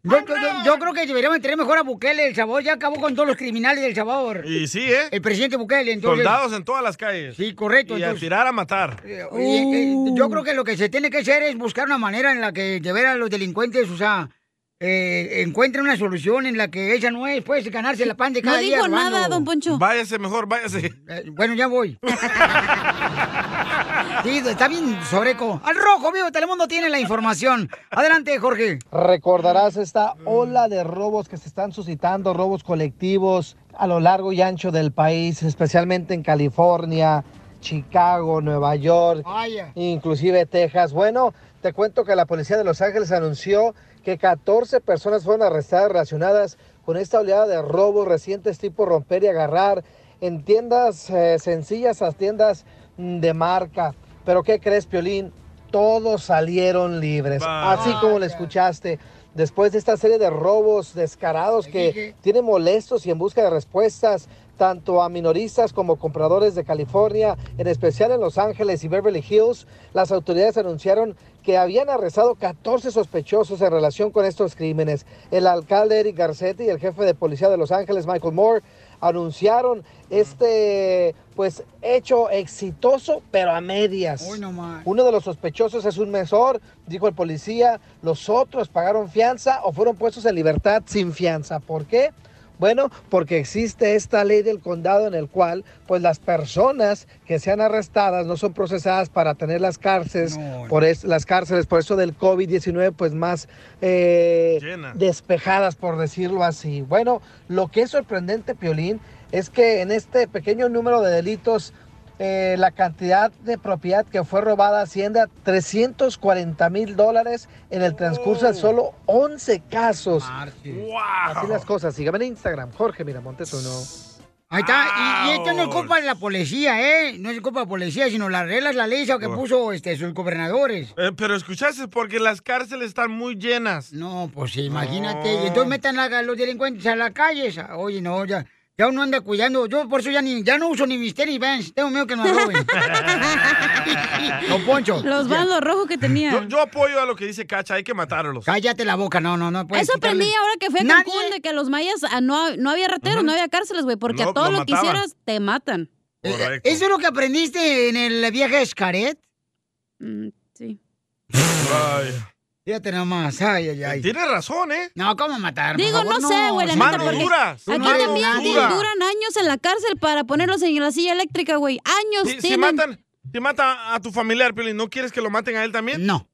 Speaker 2: Yo, yo- yo- yo creo que deberíamos tener mejor a Bukele, el Salvador. Ya acabó con todos los criminales del Salvador.
Speaker 3: Y sí, ¿eh?
Speaker 2: El presidente Bukele, entonces.
Speaker 3: Soldados en todas las calles.
Speaker 2: Sí, correcto.
Speaker 3: Y a
Speaker 2: entonces-
Speaker 3: tirar a matar.
Speaker 2: Y, eh, yo creo que lo que se tiene que hacer es buscar una manera en la que de ver a los delincuentes, o sea, eh, encuentren una solución en la que ella no es, pues, ganarse la pan de cada día. robando.
Speaker 4: Poncho.
Speaker 3: Váyase mejor, váyase.
Speaker 2: Bueno, ya
Speaker 3: [laughs]
Speaker 2: voy. Sí, está bien, Soreco. Al rojo, vivo, Telemundo tiene la información. Adelante, Jorge.
Speaker 5: Recordarás esta ola de robos que se están suscitando, robos colectivos a lo largo y ancho del país, especialmente en California, Chicago, Nueva York,
Speaker 2: Vaya.
Speaker 5: inclusive Texas. Bueno, te cuento que la policía de Los Ángeles anunció que 14 personas fueron arrestadas relacionadas con esta oleada de robos recientes tipo romper y agarrar en tiendas eh, sencillas a tiendas mm, de marca. Pero ¿qué crees, Piolín? Todos salieron libres, así como lo escuchaste. Después de esta serie de robos descarados que tiene molestos y en busca de respuestas, tanto a minoristas como compradores de California, en especial en Los Ángeles y Beverly Hills, las autoridades anunciaron que habían arrestado 14 sospechosos en relación con estos crímenes. El alcalde Eric Garcetti y el jefe de policía de Los Ángeles, Michael Moore, anunciaron este pues hecho exitoso, pero a medias. Uno de los sospechosos es un mesor, dijo el policía. Los otros pagaron fianza o fueron puestos en libertad sin fianza. ¿Por qué? Bueno, porque existe esta ley del condado en el cual pues las personas que sean arrestadas no son procesadas para tener las cárceles, por es- las cárceles por eso del COVID-19 pues más eh, despejadas por decirlo así. Bueno, lo que es sorprendente, Piolín, es que en este pequeño número de delitos eh, la cantidad de propiedad que fue robada asciende a 340 mil dólares en el transcurso de solo 11 casos. Así las cosas. Sígame en Instagram, Jorge Miramontes uno.
Speaker 2: Ahí está. Y, y esto no es culpa de la policía, ¿eh? No es culpa de la policía, sino las reglas, la ley que puso este, sus gobernadores.
Speaker 3: Eh, pero escuchaste, porque las cárceles están muy llenas.
Speaker 2: No, pues Imagínate, y entonces metan a los delincuentes a las calles. Oye, no, ya, ya uno anda cuidando. Yo por eso ya, ni, ya no uso ni mis tenis Vans. Tengo miedo que me
Speaker 3: [laughs]
Speaker 2: roben. Don Poncho.
Speaker 4: Los bandos rojos que tenía.
Speaker 3: Yo, yo apoyo a lo que dice Cacha, hay que matarlos.
Speaker 2: Cállate la boca, no, no, no.
Speaker 4: Eso aprendí ahora que fui a
Speaker 2: Nadie-
Speaker 4: Cancún, de que los mayas ah, no, no había rateros, no había cárceles, güey, porque
Speaker 2: No,
Speaker 4: a todo
Speaker 2: los
Speaker 4: lo que
Speaker 2: mataban.
Speaker 4: hicieras te matan.
Speaker 3: Correcto.
Speaker 2: Eh, ¿Eso es lo que aprendiste en el viaje a Escaret?
Speaker 4: Mm. sí.
Speaker 2: Fíjate nomás, ay, ay, ay. Tienes
Speaker 3: razón, ¿eh?
Speaker 2: No, ¿cómo matar?
Speaker 4: Digo, no, sé, güey, la neta, porque aquí también di- duran años en la cárcel para ponerlos en la silla eléctrica, güey. Años
Speaker 3: Si, si
Speaker 4: tienen.
Speaker 3: matan, si mata a tu familiar, Piolín, ¿no quieres que lo maten a él también?
Speaker 2: No.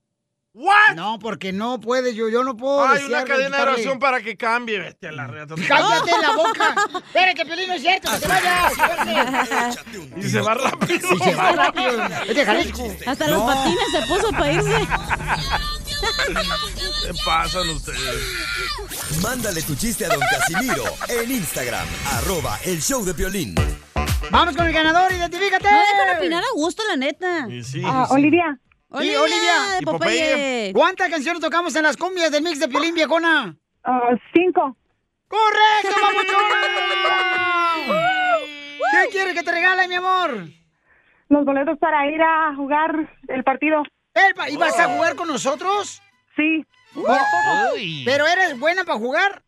Speaker 3: ¿What?
Speaker 2: No, porque no puede, yo, yo no puedo.
Speaker 3: Hay
Speaker 2: desear
Speaker 3: una cadena de
Speaker 2: conquistarle.
Speaker 3: oración para que cambie. Vete a la reta.
Speaker 2: Mm. ¡Cállate
Speaker 4: [laughs]
Speaker 2: la boca! ¡Espera, que Piolín no es cierto! ¡Que te vayas!
Speaker 3: [laughs] Y se va rápido.
Speaker 2: Y se va rápido. Es de Jalisco.
Speaker 4: Hasta los
Speaker 3: No.
Speaker 4: patines se puso para irse.
Speaker 3: ¿Qué pasan ustedes?
Speaker 10: Mándale tu chiste a don Casimiro en Instagram, arroba el show de violín.
Speaker 2: ¡Vamos con el ganador! ¡Identifícate!
Speaker 4: No dejan opinar a gusto, la neta.
Speaker 10: sí,
Speaker 4: Ah,
Speaker 10: sí.
Speaker 4: Olivia.
Speaker 2: Sí,
Speaker 4: Olivia,
Speaker 2: Olivia.
Speaker 4: de Y Popeye. Popeye.
Speaker 2: ¿Cuántas canciones tocamos en las cumbias del mix de Piolín, viejona?
Speaker 17: Ah, cinco. [laughs]
Speaker 2: ¡Correcto,
Speaker 4: Uh,
Speaker 2: papuchona! ¿Qué quieres que te regale, mi amor?
Speaker 17: Los boletos para ir a jugar el partido.
Speaker 2: ¿Y vas a jugar con nosotros?
Speaker 17: Sí.
Speaker 2: Uy. ¿Pero eres buena para jugar?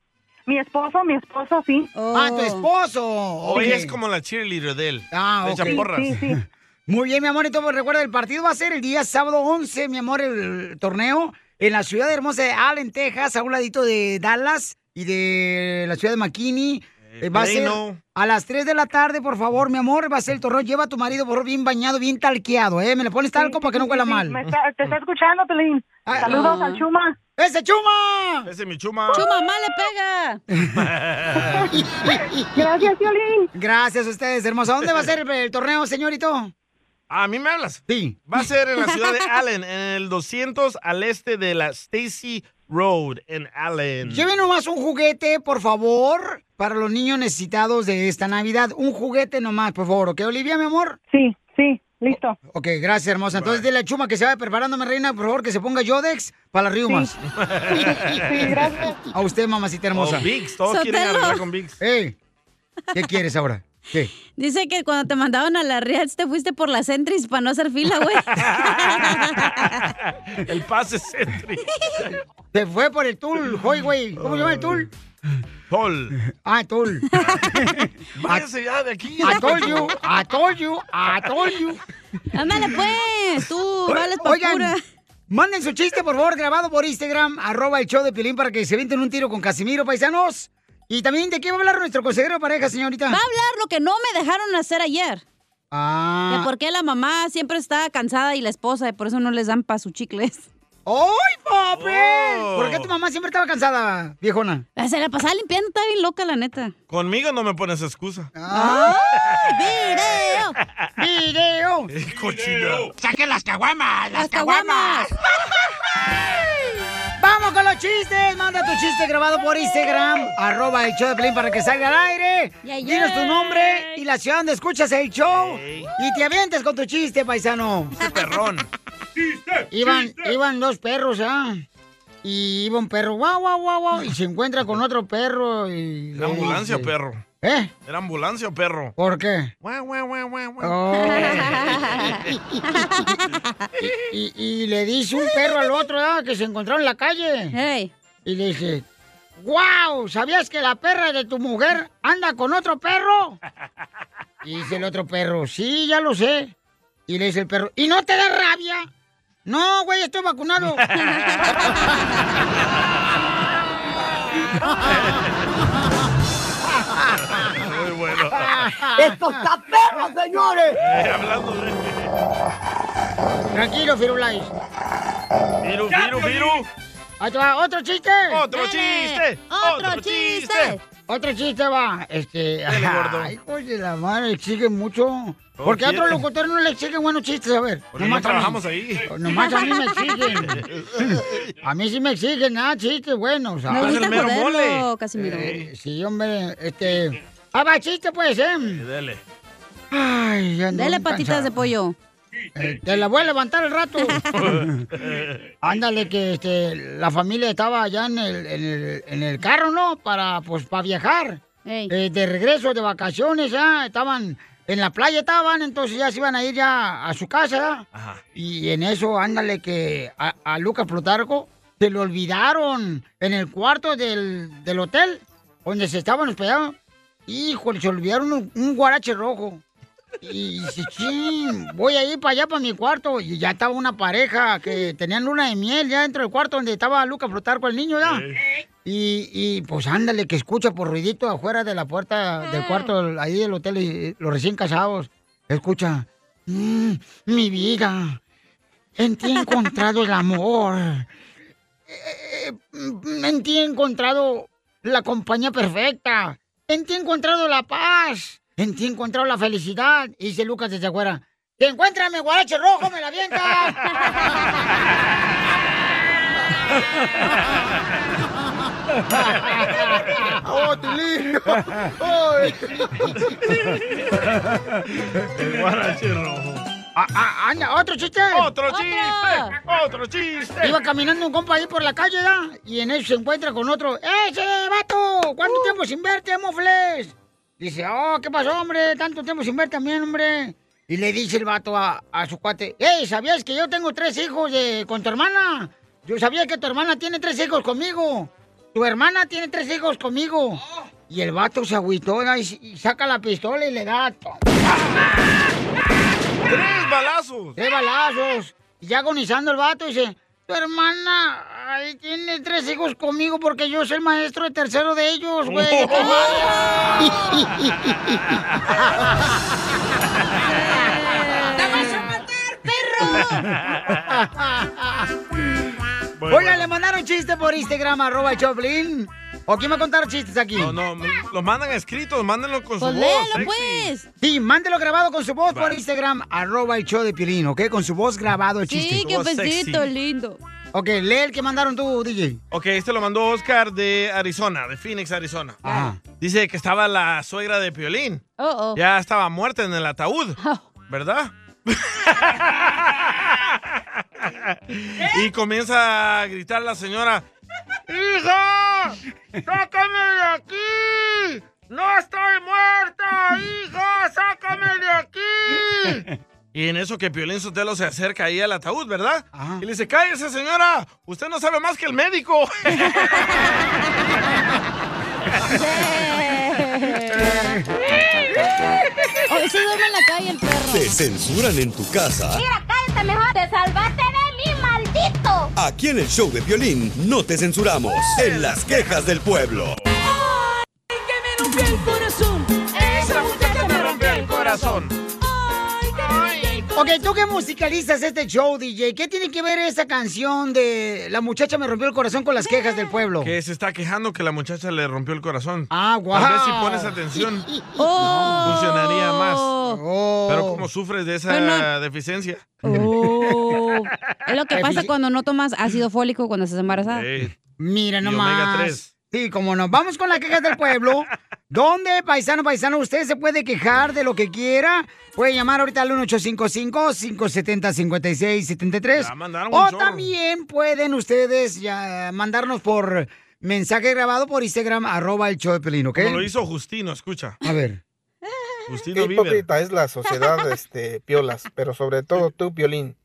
Speaker 17: Mi esposo, mi esposo, sí.
Speaker 4: Oh.
Speaker 2: Ah, tu esposo.
Speaker 3: Hoy
Speaker 2: Ok.
Speaker 3: es como la cheerleader de él.
Speaker 2: Ah,
Speaker 3: Le
Speaker 2: ok.
Speaker 3: echan porras. [laughs]
Speaker 2: Muy bien, mi amor, y todo recuerda, el partido va a ser el día sábado 11, mi amor, el torneo en la ciudad hermosa de Allen, Texas, a un ladito de Dallas y de la ciudad de McKinney. Eh, va a ser
Speaker 3: Plano.
Speaker 2: a las 3 de la tarde, por favor, mi amor, va a ser el torneo. Lleva a tu marido, por favor, bien bañado, bien talqueado, ¿eh? Me le pones talco para que no huela mal. Ah,
Speaker 17: te está escuchando, Pelín. Saludos al Chuma.
Speaker 2: ¡Ese Chuma!
Speaker 3: Ese es mi Chuma.
Speaker 4: mamá le pega!
Speaker 2: [laughs] Gracias, Violín. Gracias a ustedes, hermosa. ¿Dónde va a ser el, el torneo, señorito?
Speaker 3: Ah, ¿A mí me hablas?
Speaker 2: Sí.
Speaker 3: Va a ser en la ciudad de Allen, en el 200 al este de la Stacy Road en Allen.
Speaker 2: Lleven nomás un juguete, por favor, para los niños necesitados de esta Navidad. Un juguete nomás, por favor, ¿ok, Olivia, mi amor?
Speaker 17: Sí, sí, listo.
Speaker 2: ok, gracias, hermosa. Entonces, dile a Chuma que se vaya preparándome, reina, por favor, que se ponga Yodex para las riumas.
Speaker 17: [laughs]
Speaker 3: Sí, gracias.
Speaker 2: A usted, mamacita hermosa.
Speaker 3: O Vicks, todos quieren Sotelo. arreglar con Vicks.
Speaker 2: Ey, ¿qué quieres ahora? ¿Qué?
Speaker 4: Dice que cuando te mandaban a la Real te fuiste por la Centris para no hacer fila, güey.
Speaker 3: [laughs] El pase Sentry.
Speaker 2: Se fue por el Tul, hoy, güey. ¿Cómo se llama el Tul?
Speaker 3: Tol.
Speaker 2: Ah, Tul.
Speaker 3: [laughs] Váyase ya de aquí.
Speaker 2: I told you, I told you, I told you.
Speaker 4: Ándale pues, tú, vales pa' pura.
Speaker 2: manden su chiste, por favor, grabado por Instagram, arroba el show de Pilín para que se venten un tiro con Casimiro, paisanos. Y también, ¿de qué va a hablar nuestro consejero de pareja, señorita?
Speaker 4: Va a hablar lo que no me dejaron hacer ayer.
Speaker 2: Ah.
Speaker 4: De por qué la mamá siempre está cansada y la esposa, y por eso no les dan pa' sus chicles.
Speaker 2: ¡Ay, papi! ¿Por qué tu mamá siempre estaba cansada, viejona?
Speaker 4: Ah, Se la pasaba limpiando, está bien loca, la neta. Ah,
Speaker 3: Conmigo no me pones excusa.
Speaker 2: Ah.
Speaker 4: ¡Video!
Speaker 2: ¡Video!
Speaker 3: Cochino.
Speaker 2: ¡Saque las caguamas! ¡Las caguamas! ¡Vamos con los chistes! Manda tu chiste grabado por Instagram, arroba el show de Pelín para que salga al aire.
Speaker 4: Yeah, yeah.
Speaker 2: Dinos tu nombre y la ciudad donde escuchas el show. Y te avientes con tu chiste, paisano.
Speaker 3: Perrón.
Speaker 2: Iban, iban dos perros, ¿ah? Y iba un perro, guau, guau, guau, guau. Y se encuentra con otro perro y...
Speaker 3: ¿Era ambulancia o perro?
Speaker 2: ¿Eh?
Speaker 3: ¿Era ambulancia o perro?
Speaker 2: ¿Por qué?
Speaker 3: Guau, guau, guau, guau, guau.
Speaker 9: Oh.
Speaker 2: [laughs] y, y le dice un perro al otro ¿ah? que se encontró en la calle. Y le dice, wow, ¿sabías que la perra de tu mujer anda con otro perro? Y dice el otro perro, sí, ya lo sé. Y le dice el perro, ¿y no te da rabia? No, güey, estoy vacunado.
Speaker 9: ¡Esto está perro, señores!
Speaker 3: Eh, hablando
Speaker 2: Tranquilo, Firulais.
Speaker 3: Viru, viru, viru.
Speaker 2: Ahí te va, ¿Otro chiste?
Speaker 3: ¡Otro chiste! ¡Otro ¡Otro chiste! chiste!
Speaker 2: Otro chiste va. Este.
Speaker 3: Dale, gordo.
Speaker 2: Ay, pues de la madre, exigen mucho.
Speaker 3: Oh,
Speaker 2: Porque a otros
Speaker 3: ¿quién?
Speaker 2: locutores no le exigen buenos chistes, a ver.
Speaker 3: Porque no
Speaker 2: nomás a mí. Oh,
Speaker 3: trabajamos ahí.
Speaker 2: Nomás a mí me [laughs] exigen. A mí sí me exigen, ah, chistes buenos.
Speaker 4: Me
Speaker 2: ah.
Speaker 4: gusta el mero joderlo, mole. Casimiro.
Speaker 2: Eh, sí, hombre, este. Ah, va, chiste, pues, ¿eh?
Speaker 3: Dele.
Speaker 2: Ay, ya ando
Speaker 4: Dele
Speaker 2: bien
Speaker 4: patitas
Speaker 2: cansado.
Speaker 4: de pollo.
Speaker 2: Eh, te la voy a levantar
Speaker 4: [laughs]
Speaker 2: el rato. Ándale, que este, la familia estaba allá en el, en el- en el carro, ¿no? Para, pues, para viajar. Eh, de regreso de vacaciones, ya estaban en la playa, estaban, entonces ya se iban a ir ya a su casa, ¿ya?
Speaker 3: [laughs]
Speaker 2: Y en eso, ándale, que a, a Lucas Plutarco se lo olvidaron en el cuarto del, del hotel donde se estaban hospedados. Híjole, se olvidaron un, un guarache rojo. Y dice, "Chin, voy a ir para allá, para mi cuarto. Y ya estaba una pareja que tenían luna de miel ya dentro del cuarto donde estaba Lucas Plutarco, el niño, ya. Y, y, pues ándale, que escucha por ruidito afuera de la puerta del cuarto, ahí del hotel, y, y los recién casados. Escucha, "Mm, mi vida, en ti he encontrado el amor. Eh, mm, En ti he encontrado la compañía perfecta. En ti he encontrado la paz. En ti he encontrado la felicidad. Y dice Lucas desde afuera. ¡Te encuentra mi guarache rojo, me la avienta! ¡Oh, Tilín!
Speaker 3: El guarache rojo.
Speaker 2: Ah, ah, anda, otro chiste.
Speaker 3: Otro chiste, otro chiste.
Speaker 2: Iba caminando un compa ahí por la calle, ¿da? Y en eso se encuentra con otro. ¡Ese, vato! ¿Cuánto tiempo sin verte, mofles? Dice, oh, ¿qué pasó, hombre? Tanto tiempo sin ver también, hombre. Y le dice el vato a, a su cuate, ¡Ey, ¿sabías que yo tengo tres hijos de- con tu hermana? Yo sabía que tu hermana tiene tres hijos conmigo. Tu hermana tiene tres hijos conmigo. Y el vato se agüitó ¿da? y, y saca la pistola y le da...
Speaker 3: ¡Tres balazos!
Speaker 2: ¡Tres balazos! Y ya agonizando el vato dice, tu hermana ahí tiene tres hijos conmigo porque yo soy el maestro de tercero de ellos,
Speaker 3: [laughs]
Speaker 2: güey. de
Speaker 3: [laughs]
Speaker 2: primaria". Oiga, le mandaron chiste por Instagram, arroba el Choplin. ¿O quién va a contar chistes aquí?
Speaker 3: No, no, los mandan escritos, mándenlo
Speaker 4: Pues
Speaker 3: con
Speaker 2: Pues
Speaker 3: su voz. sexy.
Speaker 2: Sí, mándelo grabado con su voz por Instagram, arroba el show de Piolín, ¿ok? Con su voz grabado el chiste.
Speaker 4: Sí, qué besito lindo.
Speaker 2: Ok, lee el que mandaron tú, DJ.
Speaker 3: Ok, este lo mandó Oscar de Arizona, de Phoenix, Arizona.
Speaker 2: Ajá.
Speaker 3: Dice que estaba la suegra de Piolín.
Speaker 4: Oh, oh.
Speaker 3: Ya estaba muerta en el ataúd, ¿verdad? y comienza a gritar la señora, ¡Hija! ¡Sácame de aquí! ¡No estoy muerta, hija! ¡Sácame de aquí! Y en eso que Piolín Sotelo se acerca ahí al ataúd, ¿verdad? Y le dice, cállese señora, usted no sabe más que el médico. [laughs] [laughs]
Speaker 4: Hoy se duerme en la calle el perro.
Speaker 10: Te censuran en tu casa.
Speaker 1: cállate mejor. Te salvaste de mí, maldito.
Speaker 10: Aquí en el show de violín no te censuramos. En las quejas del pueblo.
Speaker 9: Me rompió el corazón. Esa muchacha me rompió el corazón.
Speaker 2: Ok, tú que musicalizas este show, DJ, ¿qué tiene que ver esa canción de La muchacha me rompió el corazón con las quejas del pueblo?
Speaker 3: que se está quejando que la muchacha le rompió el corazón.
Speaker 2: Ah, guau.
Speaker 3: Tal vez si pones atención, funcionaría más.
Speaker 6: Oh.
Speaker 9: oh.
Speaker 3: Pero como sufres de esa
Speaker 4: Pero no-
Speaker 3: deficiencia.
Speaker 4: Oh. Es lo que pasa
Speaker 2: Efici-
Speaker 4: cuando no tomas ácido fólico cuando estás
Speaker 3: Eh,
Speaker 4: embarazada.
Speaker 2: Mira
Speaker 4: Y
Speaker 2: nomás.
Speaker 4: omega tres.
Speaker 2: Sí, como nos vamos con las quejas del pueblo, donde, paisano, paisano, usted se puede quejar de lo que quiera. Puede llamar ahorita al 1855-570-5673.
Speaker 3: Ya mandaron un
Speaker 2: O
Speaker 3: chorro.
Speaker 2: también pueden ustedes ya mandarnos por mensaje grabado por Instagram, arroba el show de Pelín, ¿ok?
Speaker 3: Como lo hizo Justino, escucha.
Speaker 2: A ver.
Speaker 3: Justino
Speaker 6: Qué
Speaker 3: Bieber.
Speaker 6: hipócrita es la [laughs] sociedad, este, piolas, pero sobre todo tú, Piolín,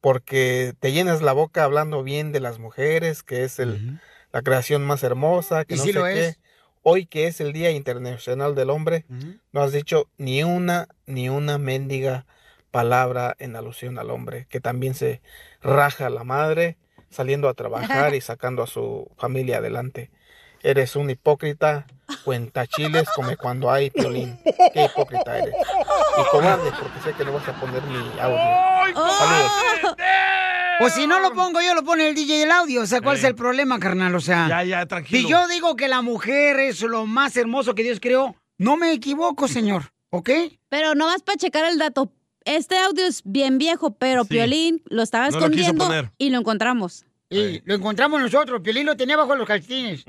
Speaker 6: porque te llenas la boca hablando bien de las mujeres, que es el, la creación más hermosa, que
Speaker 2: Y
Speaker 6: no
Speaker 2: sí
Speaker 6: sé
Speaker 2: lo
Speaker 6: qué.
Speaker 2: es.
Speaker 6: Hoy que es el Día Internacional del Hombre,
Speaker 10: Mm.
Speaker 6: no has dicho ni una, ni una mendiga palabra en alusión al hombre, que también se raja la madre saliendo a trabajar y sacando a su familia adelante. Eres un hipócrita, cuentachiles como cuando hay violín. Qué hipócrita
Speaker 2: [laughs]
Speaker 6: eres. Y cobarde, porque sé que no vas a poner mi audio. Saludos.
Speaker 2: O Oh. Pues si no lo pongo yo, lo pone el DJ el audio. O sea, ¿cuál es el problema, carnal? O sea,
Speaker 3: Ya, ya, tranquilo.
Speaker 2: si yo digo que la mujer es lo más hermoso que Dios creó, no me equivoco,
Speaker 3: [laughs]
Speaker 2: señor. ¿Ok?
Speaker 4: Pero nomás para checar el dato. Este audio es bien viejo, pero
Speaker 2: Sí.
Speaker 4: Piolín lo estaba
Speaker 2: No lo quiso
Speaker 4: escondiendo
Speaker 2: poner.
Speaker 4: y lo encontramos.
Speaker 2: Y lo encontramos nosotros. Piolín lo tenía bajo los
Speaker 3: [laughs]
Speaker 2: calcetines.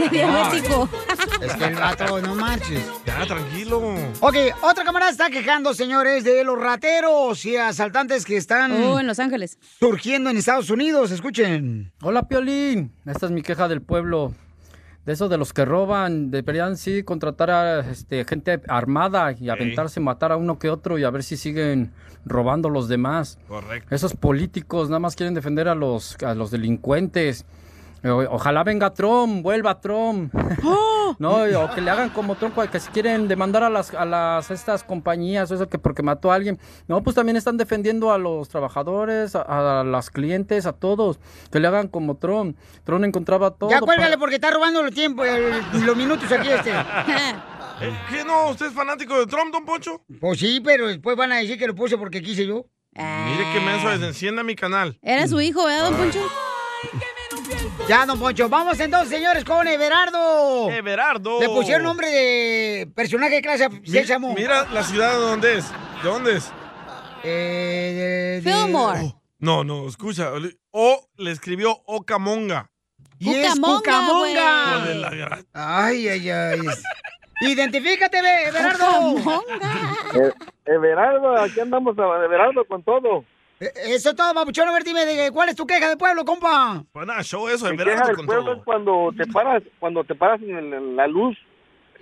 Speaker 4: De diabético.
Speaker 2: [laughs] Es que el vato, no manches.
Speaker 3: Ya, tranquilo.
Speaker 2: Ok, otra cámara está quejando, señores, de los rateros y asaltantes que están
Speaker 4: Oh, en Los Ángeles.
Speaker 2: surgiendo en Estados Unidos. Escuchen.
Speaker 18: Hola, Piolín. Esta es mi queja del pueblo. De esos de los que roban, deberían sí contratar a este, gente armada y aventarse, matar a uno que otro y a ver si siguen robando los demás.
Speaker 3: Correcto.
Speaker 18: Esos políticos nada más quieren defender a los, a los delincuentes. O- Ojalá venga Trump, vuelva Trump. [laughs] No, y- o que le hagan como Trump, que si quieren demandar a las, a las estas compañías, o eso que porque mató a alguien. No, pues también están defendiendo a los trabajadores, a, a las clientes, a todos. Que le hagan como Trump. Trump encontraba todo.
Speaker 2: ya
Speaker 18: para-
Speaker 2: cuélgale porque está robando el tiempo, el- los minutos aquí [laughs] este.
Speaker 3: Eh, [laughs] ¿Qué no? ¿Usted es fanático de Trump, don Poncho?
Speaker 2: Pues sí, pero después van a decir que lo puse porque quise yo.
Speaker 3: Mire qué menso es. Encienda mi canal.
Speaker 2: Era su hijo, ¿verdad, don Poncho? Ya, don Poncho. Vamos entonces, señores, con Everardo.
Speaker 3: Everardo.
Speaker 2: Le pusieron nombre de personaje de clase
Speaker 3: Mi-
Speaker 2: Sésamo.
Speaker 3: Mira la ciudad de dónde es. ¿De dónde es?
Speaker 2: Eh, de- de-
Speaker 3: Oh, no, no, escucha. O le escribió Ocamonga.
Speaker 2: Y es Cucamonga.
Speaker 3: Hijo de la gran-
Speaker 2: Ay, ay, ay. Identifícate, Be- Everardo.
Speaker 19: Eh, Everardo, aquí andamos a Everardo con todo.
Speaker 2: Eh, Eso es todo, papuchón. A ver, dime, de- ¿cuál es tu queja de pueblo, compa?
Speaker 3: Bueno, Pues show eso,
Speaker 19: Mi
Speaker 3: Everardo
Speaker 19: queja del
Speaker 3: con
Speaker 19: pueblo
Speaker 3: todo.
Speaker 19: es cuando te paras, cuando te paras en el- en la luz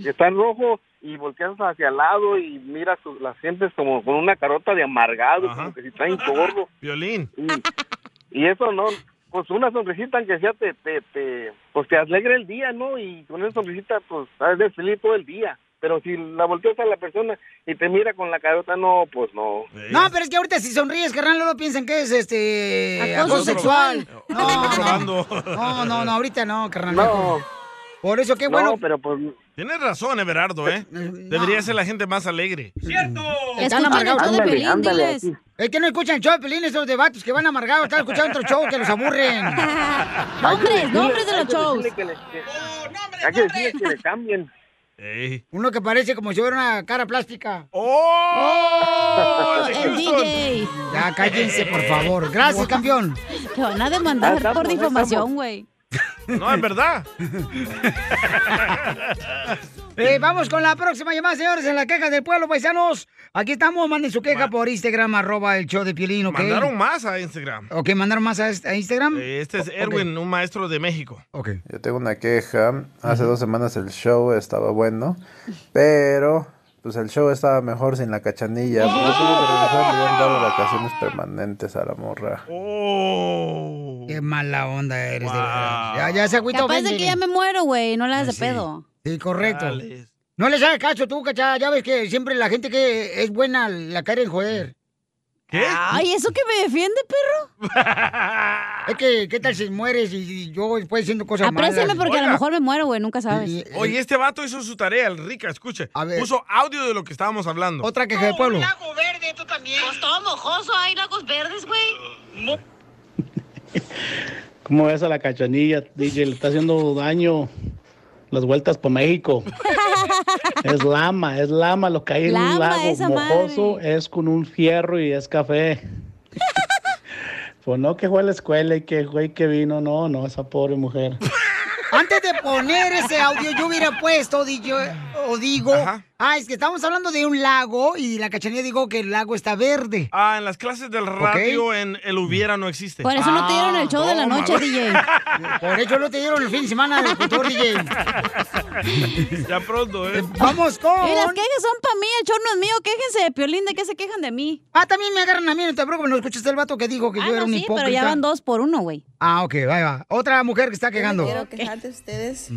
Speaker 19: que está en rojo y volteas hacia el lado y miras tus- las gentes como con una carota de amargado, como que si traen gordo.
Speaker 3: [laughs] Violín.
Speaker 19: Y, y eso no, pues una sonrisita aunque sea te, te, te- pues te alegra el día, ¿no? Y con esa sonrisita pues has de feliz todo el día. Pero si la volteas a la persona y te mira con la carota, no, pues no.
Speaker 2: No, pero es que ahorita si sonríes, carnal, luego piensan que es este
Speaker 19: Acoso
Speaker 2: acoso sexual.
Speaker 19: sexual.
Speaker 2: No, no, [laughs] no, no, no, ahorita no, carnal. mejor. Por eso qué
Speaker 3: No,
Speaker 2: bueno.
Speaker 19: pero pues...
Speaker 3: Tienes razón, Everardo, ¿eh? Debería ser la gente más alegre.
Speaker 2: [laughs]
Speaker 3: ¡Cierto!
Speaker 2: Están amargados.
Speaker 3: Ándale, ándale, así.
Speaker 2: Es que no escuchan el show de Pelín, esos debates que van amargados, están escuchando otro show que
Speaker 4: [laughs]
Speaker 2: los aburren. Nombres, nombres de los shows.
Speaker 19: Hay que decirle que le cambien.
Speaker 2: Uno que parece como si fuera una cara plástica.
Speaker 3: ¡Oh!
Speaker 5: el El Houston. DJ.
Speaker 2: Ya cállense, por favor. Gracias, campeón.
Speaker 4: Te van a demandar por difamación, güey.
Speaker 3: No, es verdad.
Speaker 2: Eh, vamos con la próxima llamada, señores, en la queja del pueblo, paisanos. Aquí estamos, manden su queja por Instagram, arroba el show de Piolín, ¿ok?
Speaker 3: Mandaron más a Instagram.
Speaker 2: Ok, mandaron más a, a Instagram.
Speaker 3: Este es
Speaker 2: Ok.
Speaker 3: Erwin, un maestro de México.
Speaker 20: Yo tengo una queja. Hace dos semanas el show estaba bueno, pero pues el show estaba mejor sin la cachanilla. Porque tuvo que regresar, le han dado vacaciones permanentes a la morra.
Speaker 3: Oh.
Speaker 2: Qué mala onda eres, de verdad. Ya, ya se agüita
Speaker 4: Capaz
Speaker 2: ofende,
Speaker 4: de que
Speaker 2: güey.
Speaker 4: ya me muero, güey. No la hagas de pedo.
Speaker 2: Ah, Sí, correcto. No les hagas cacho tú, cachá. Ya ves que siempre la gente que E-, es buena la quieren joder.
Speaker 3: ¿Qué?
Speaker 2: Ay, ¿eso que me defiende, perro? es que, ¿qué tal si mueres y, y yo después haciendo cosas
Speaker 4: Apréciame
Speaker 2: malas?
Speaker 4: porque a lo
Speaker 3: Oiga.
Speaker 4: mejor me muero, güey. Nunca sabes.
Speaker 2: eh,
Speaker 3: Oye, este vato hizo su tarea, el rica, escuche. Puso audio de lo que estábamos hablando.
Speaker 2: Otra queja de pueblo.
Speaker 5: lago verde, tú también. Pues todo mojoso, hay lagos verdes, güey.
Speaker 21: ¿Cómo ves a la cachanilla, DJ? Le está haciendo daño las vueltas por
Speaker 5: [laughs]
Speaker 21: México. Es lama, es lama lo que hay en
Speaker 5: Lama
Speaker 21: un
Speaker 5: esa
Speaker 21: lago mojoso, es con un fierro y es
Speaker 5: [laughs]
Speaker 21: café. Pues no que fue a la escuela y que güey que vino, no, no, esa pobre mujer.
Speaker 2: Antes de poner ese audio, yo hubiera puesto, di- yo- o digo, ah, es que estamos hablando de un lago y la cachanilla dijo que el lago está verde.
Speaker 3: Ah, en las clases del radio en el hubiera no existe. Ah,
Speaker 2: Por eso no te dieron el show de la noche, DJ. Por eso no te dieron el fin de semana del futuro, DJ.
Speaker 3: [laughs] Ya pronto, ¿eh?
Speaker 2: Vamos con.
Speaker 4: Y las quejas son para mí, el show no es mío. Quéjense de Piolín, ¿de qué se quejan de mí?
Speaker 2: Ah, también me agarran a mí, no te preocupes, no escuchaste el vato que dijo que yo era un
Speaker 4: sí,
Speaker 2: hipócrita.
Speaker 4: pero ya van dos por uno, güey.
Speaker 2: Ah, ok, va, va. Otra mujer que está
Speaker 22: Yo me
Speaker 2: quejando.
Speaker 22: Quiero quejar de ustedes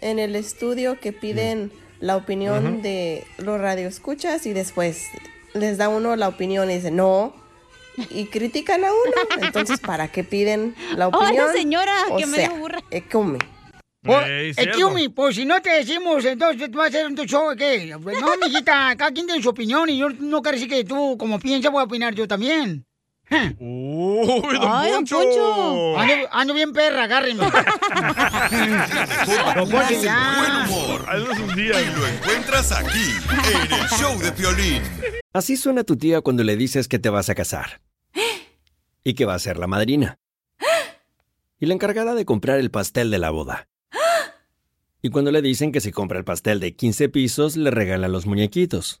Speaker 22: en el estudio que
Speaker 4: Mm.
Speaker 22: piden la opinión
Speaker 2: Ujú.
Speaker 22: de los radioescuchas y después les da uno la opinión y dice no y critican
Speaker 4: [laughs]
Speaker 22: a uno. Entonces, ¿para qué piden la
Speaker 4: Hola,
Speaker 22: opinión?
Speaker 4: señora,
Speaker 22: O
Speaker 4: que me
Speaker 22: sea,
Speaker 4: dijo burra.
Speaker 22: eh, come.
Speaker 2: Por-
Speaker 3: Ey,
Speaker 2: excuse
Speaker 3: cierto. [laughs]
Speaker 2: me, pues si no te decimos, entonces tú vas a hacer un tu show, ¿qué? Pues, No, mijita, cada quien tiene su opinión y yo no quiero decir que tú, como piensas, voy a opinar yo también.
Speaker 3: ¡Uy,
Speaker 9: don Ay, don Poncho. Poncho.
Speaker 2: Ando, ando bien perra, agárrenme.
Speaker 10: Con
Speaker 2: Don
Speaker 10: más
Speaker 2: Poncho,
Speaker 10: de
Speaker 2: ya.
Speaker 10: buen humor. Y lo encuentras aquí, en el show de Piolín.
Speaker 23: Así suena tu tía cuando le dices que te vas a casar. Y que va a ser la madrina. Y la encargada de comprar el pastel de la boda. Y cuando le dicen que si compra el pastel de 15 pisos, le regalan los muñequitos.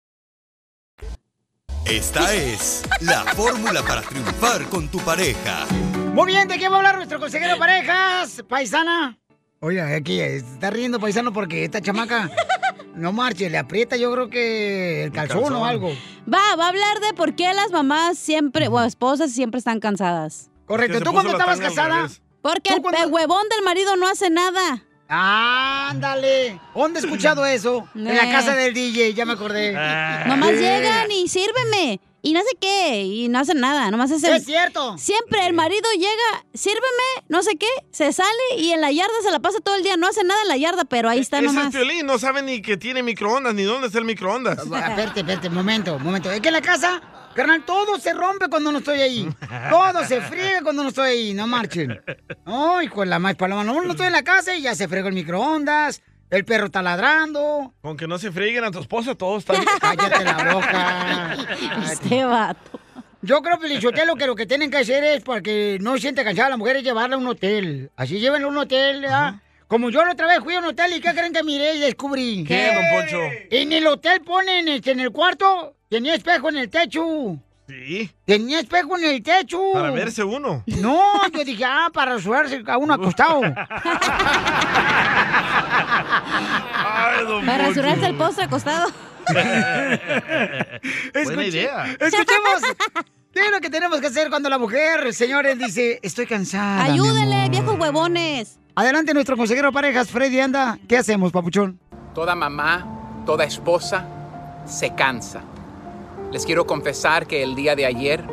Speaker 10: Esta es la fórmula para triunfar con tu pareja.
Speaker 2: Muy bien, ¿de qué va a hablar nuestro consejero de parejas, paisana? Oye, aquí eh, está riendo paisano porque esta chamaca no marche, le aprieta yo creo que el calzón,
Speaker 4: calzón.
Speaker 2: o algo.
Speaker 4: Va, va a hablar de por qué las mamás siempre, o esposas siempre están cansadas.
Speaker 2: Correcto, ¿tú cuando estabas casada?
Speaker 4: Porque el, el huevón del marido no hace nada.
Speaker 2: Ándale. ¿Dónde he escuchado eso? En la casa del DJ, ya me acordé.
Speaker 4: Eh. Nomás
Speaker 3: Eh.
Speaker 2: Sí.
Speaker 4: llegan y sírveme. Y no sé qué, y no hacen nada, nomás es...
Speaker 2: Es cierto.
Speaker 4: Siempre el marido llega, sírveme, no sé qué, se sale y en la yarda se la pasa todo el día, no hace nada en la yarda, pero ahí está
Speaker 3: E-, Ese es
Speaker 4: nomás.
Speaker 3: Piolín, no sabe ni que tiene microondas, ni dónde está el microondas.
Speaker 2: Ah, Espérate, espérate, momento, momento. Es que en la casa, carnal, todo se rompe cuando no estoy ahí. Todo se friega cuando no estoy ahí. No marchen. No, hijo de la más paloma. No, no estoy en la casa y ya se fregó el microondas. El perro está ladrando.
Speaker 3: Con que no se frieguen a tu esposa, todo está bien.
Speaker 2: [laughs] Cállate la boca.
Speaker 4: Este vato.
Speaker 2: Yo creo, Pelichotelo, que lo que tienen que hacer es para que no se sienta cansada la mujer es llevarla a un hotel. Así llévenla a un hotel, ¿ah? Como yo la otra vez fui a un hotel y ¿qué creen que miré y descubrí?
Speaker 3: ¿Qué, don Poncho?
Speaker 2: En el hotel ponen este, en el cuarto, tenía espejo en el techo.
Speaker 3: Sí.
Speaker 2: Tenía espejo en el techo.
Speaker 3: Para verse uno.
Speaker 2: No, yo dije, ah, para sudarse a uno
Speaker 3: [laughs]
Speaker 2: acostado.
Speaker 4: Para rasurarse el postre acostado.
Speaker 2: Escuche- Escuchemos. ¿Qué es lo que tenemos que hacer cuando la mujer, señores, dice, estoy cansada? mi
Speaker 4: Ayúdenle,
Speaker 2: amor"?
Speaker 4: viejos huevones.
Speaker 2: Adelante, nuestro consejero de parejas, Freddy Anda. ¿Qué hacemos, papuchón?
Speaker 24: Toda mamá, toda esposa se cansa. Les quiero confesar que el día de ayer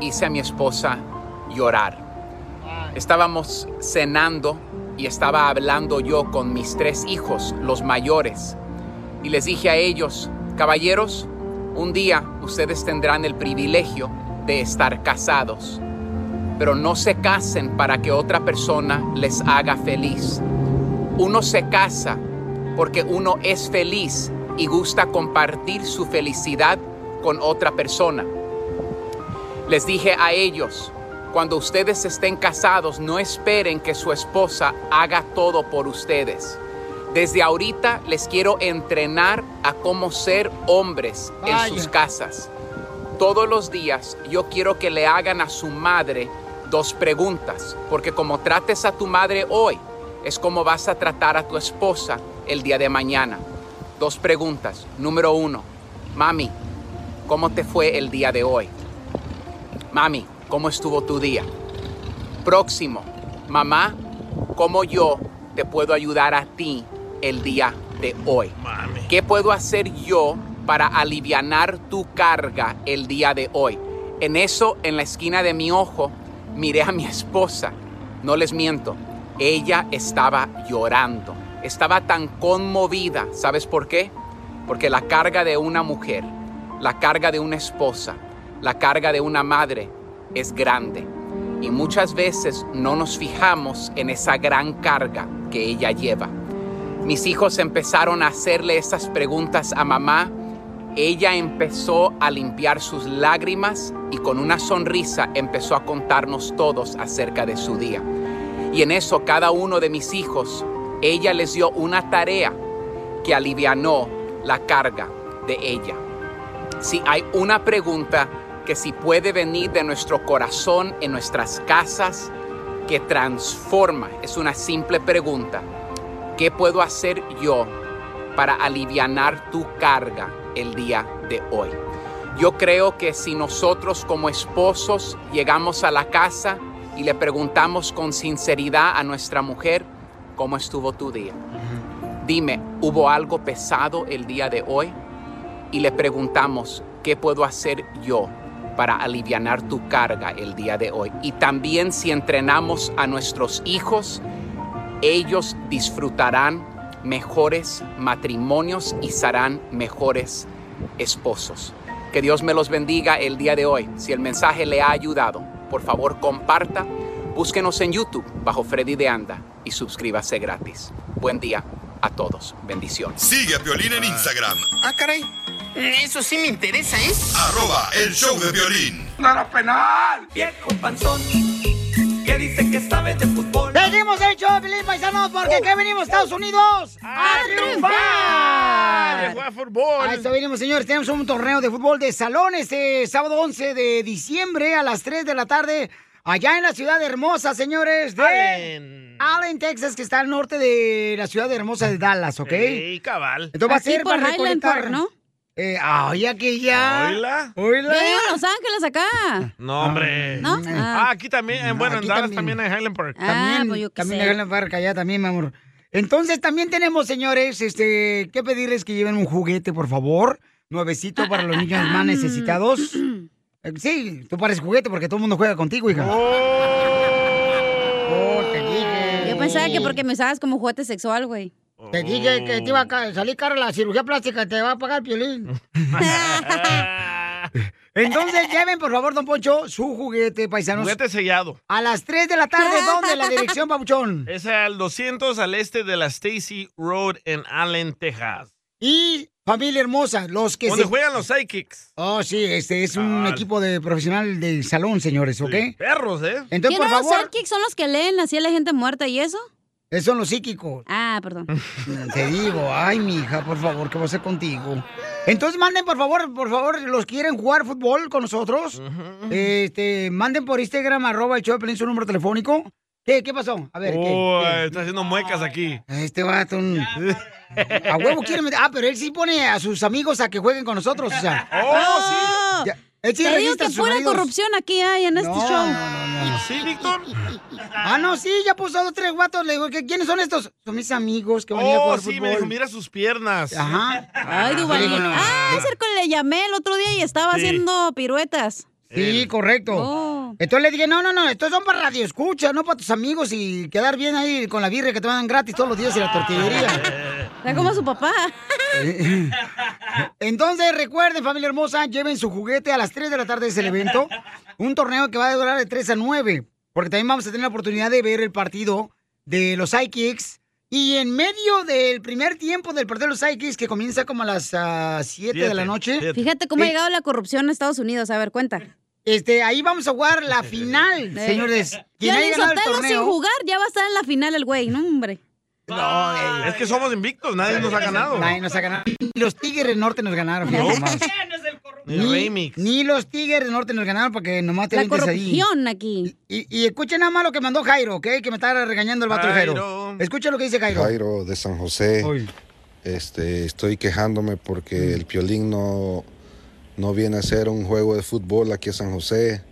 Speaker 24: hice a mi esposa llorar. Estábamos cenando y estaba hablando yo con mis tres hijos, los mayores, y les dije a ellos, caballeros, un día ustedes tendrán el privilegio de estar casados, pero no se casen para que otra persona les haga feliz. Uno se casa porque uno es feliz y gusta compartir su felicidad con otra persona. Les dije a ellos, cuando ustedes estén casados, no esperen que su esposa haga todo por ustedes. Desde ahorita les quiero entrenar a cómo ser hombres en sus
Speaker 25: Vaya.
Speaker 24: casas. Todos los días yo quiero que le hagan a su madre dos preguntas, porque como trates a tu madre hoy, es como vas a tratar a tu esposa el día de mañana. Dos preguntas. Número uno, mami, ¿cómo te fue el día de hoy? Mami, ¿cómo estuvo tu día? Próximo, mamá, ¿cómo yo te puedo ayudar a ti el día de hoy? ¿Qué puedo hacer yo para alivianar tu carga el día de hoy? En eso, en la esquina de mi ojo, miré a mi esposa No les miento, ella estaba llorando. Estaba tan conmovida. ¿Sabes por qué? Porque la carga de una mujer, la carga de una esposa, la carga de una madre es grande. Y muchas veces no nos fijamos en esa gran carga que ella lleva. Mis hijos empezaron a hacerle esas preguntas a mamá. Ella empezó a limpiar sus lágrimas y con una sonrisa empezó a contarnos todos acerca de su día. Y en eso cada uno de mis hijos, ella les dio una tarea que alivianó la carga de ella. Si hay una pregunta que si puede venir de nuestro corazón en nuestras casas, que transforma, es una simple pregunta. ¿Qué puedo hacer yo para alivianar tu carga el día de hoy? Yo creo que si nosotros como esposos llegamos a la casa y le preguntamos con sinceridad a nuestra mujer, ¿cómo estuvo tu día? Dime, ¿hubo algo pesado el día de hoy? Y le preguntamos, ¿qué puedo hacer yo para alivianar tu carga el día de hoy? Y también si entrenamos a nuestros hijos, ellos disfrutarán mejores matrimonios y serán mejores esposos. Que Dios me los bendiga el día de hoy. Si el mensaje le ha ayudado, por favor comparta, búsquenos en YouTube bajo Freddy de Anda y suscríbase gratis. Buen día a todos. Bendiciones.
Speaker 10: Sigue a Piolín en Instagram,
Speaker 11: Ah, caray. Mm, Eso sí me interesa, ¿eh?
Speaker 10: arroba el show de violín.
Speaker 11: ¡No era penal! Viejo panzón, que dice que sabe de fútbol.
Speaker 2: Seguimos el show, Feliz Paisanos, porque
Speaker 3: Oh.
Speaker 2: acá venimos, Estados Unidos, a, triunfar.
Speaker 3: A
Speaker 2: [laughs]
Speaker 3: fútbol.
Speaker 2: A esto venimos, señores. Tenemos un torneo de fútbol de salón este sábado 11 de diciembre a las 3 de la tarde, allá en la ciudad hermosa, señores, de Allen, Texas, que está al norte de la ciudad hermosa de Dallas, ¿ok?
Speaker 3: Ey, cabal.
Speaker 2: Entonces va a
Speaker 4: Aquí
Speaker 2: ser
Speaker 4: por
Speaker 2: para
Speaker 4: Highland Park,
Speaker 2: recolectar...
Speaker 4: ¿no?
Speaker 2: Eh, ay, ya que ya.
Speaker 3: Oíla.
Speaker 2: Oíla. Mm.
Speaker 4: Yo digo Los Ángeles acá.
Speaker 3: No, hombre.
Speaker 4: ¿No?
Speaker 3: Ah, aquí también. eh, bueno, en
Speaker 2: aquí
Speaker 3: Dallas también, en Highland Park.
Speaker 2: También, también le ganan barca allá también, mi amor. Entonces también tenemos, señores, este, que pedirles que lleven un juguete, por favor. Nuevecito para los niños más necesitados. Eh, Sí, tú pares juguete porque todo el mundo juega contigo, hija.
Speaker 3: Oh.
Speaker 4: Yo pensaba que porque me usabas como juguete sexual, güey.
Speaker 2: Te dije que te iba a ca- salir cara la cirugía plástica, te va a pagar el piolín.
Speaker 3: [laughs]
Speaker 2: Entonces lleven, por favor, don Poncho, su juguete, paisanos.
Speaker 3: Juguete sellado.
Speaker 2: A las 3 de la tarde, ¿dónde? La dirección, Pabuchón.
Speaker 3: Es al 200 al este de la Stacy Road en Allen, Texas.
Speaker 2: Y familia hermosa, los que
Speaker 3: Donde
Speaker 2: se-
Speaker 3: juegan los psychics.
Speaker 2: Oh, sí, este es
Speaker 3: Ah.
Speaker 2: un equipo de profesional de salón, señores, ¿ok?
Speaker 3: Perros, ¿eh?
Speaker 2: Entonces,
Speaker 4: ¿Quién
Speaker 2: por
Speaker 4: eran los
Speaker 2: favor,
Speaker 4: sidekicks? ¿Son los que leen así a la gente muerta y eso?
Speaker 2: esos son los
Speaker 3: [laughs]
Speaker 2: psíquicos.
Speaker 4: Ah, perdón.
Speaker 2: Te digo, ay, mija, por favor, ¿qué va a hacer contigo? Entonces manden, por favor, por favor, los que quieren jugar fútbol con nosotros. Este, manden por Instagram, arroba el show de Pelín, su número telefónico. ¿Qué, qué pasó? A ver, ¿qué?
Speaker 3: Oh,
Speaker 2: ¿qué?
Speaker 3: eh, está haciendo muecas aquí.
Speaker 2: Este vato. un- [laughs] A huevo quiere meter- Ah, pero él sí pone a sus amigos a que jueguen con nosotros, o sea.
Speaker 4: ¡Oh, sí!
Speaker 2: Ya, él sí
Speaker 4: Te digo
Speaker 2: registra
Speaker 4: que
Speaker 2: a sus
Speaker 4: pura
Speaker 2: amigos.
Speaker 4: corrupción aquí hay en este
Speaker 2: No,
Speaker 4: show.
Speaker 3: ¿Sí, Víctor?
Speaker 2: Ah, no, sí, ya puso a dos, tres guatos. Le digo, ¿qué- ¿quiénes son estos? Son mis amigos que van a ir a
Speaker 3: Oh,
Speaker 2: jugar
Speaker 3: sí,
Speaker 2: fútbol.
Speaker 3: me dijo, mira sus piernas.
Speaker 2: Ajá.
Speaker 4: Ay, Duvalín. Ah, ese arco le llamé el otro día y estaba
Speaker 3: Sí.
Speaker 4: haciendo piruetas.
Speaker 2: Sí, correcto.
Speaker 4: Oh.
Speaker 2: Entonces le dije, no, no, no, estos son para radio escucha, no para tus amigos y quedar bien ahí con la birra que te dan gratis todos los días y
Speaker 4: [laughs]
Speaker 2: la tortillería.
Speaker 4: Está como su papá.
Speaker 2: [laughs] Entonces recuerden, familia hermosa, lleven su juguete a las 3 de la tarde es el evento. Un torneo que va a durar de 3 a 9, porque también vamos a tener la oportunidad de ver el partido de los Sidekicks. Y en medio del primer tiempo del partido de los Sidekicks, que comienza como a las 7 de la noche.
Speaker 4: Fíjate cómo ha
Speaker 2: eh,
Speaker 4: llegado la corrupción a Estados Unidos. A ver, cuenta.
Speaker 2: Este, ahí vamos a jugar la final,
Speaker 4: Eh.
Speaker 2: señores. Quien
Speaker 4: Piolín
Speaker 2: haya ganado el
Speaker 4: Sotelo sin
Speaker 2: torneo-
Speaker 4: jugar ya va a estar en la final el güey, no hombre.
Speaker 3: No, es que somos invictos, nadie nos ha ganado.
Speaker 2: Nadie nos ha ganado. Ni los Tigres del Norte nos ganaron, fíjate nomás. [laughs] Ni, ni los Tigres del Norte nos ganaron porque nomás te
Speaker 4: La
Speaker 2: vientes ahí.
Speaker 4: corrupción aquí.
Speaker 2: Y, y escuchen nada más lo que mandó Jairo, ¿ok? Que me está regañando el vato de Jairo.
Speaker 12: Jairo.
Speaker 2: Escuchen lo que dice Jairo.
Speaker 12: Jairo de San José. Este, estoy quejándome porque el Piolín no, no viene a hacer un juego de fútbol aquí a San José.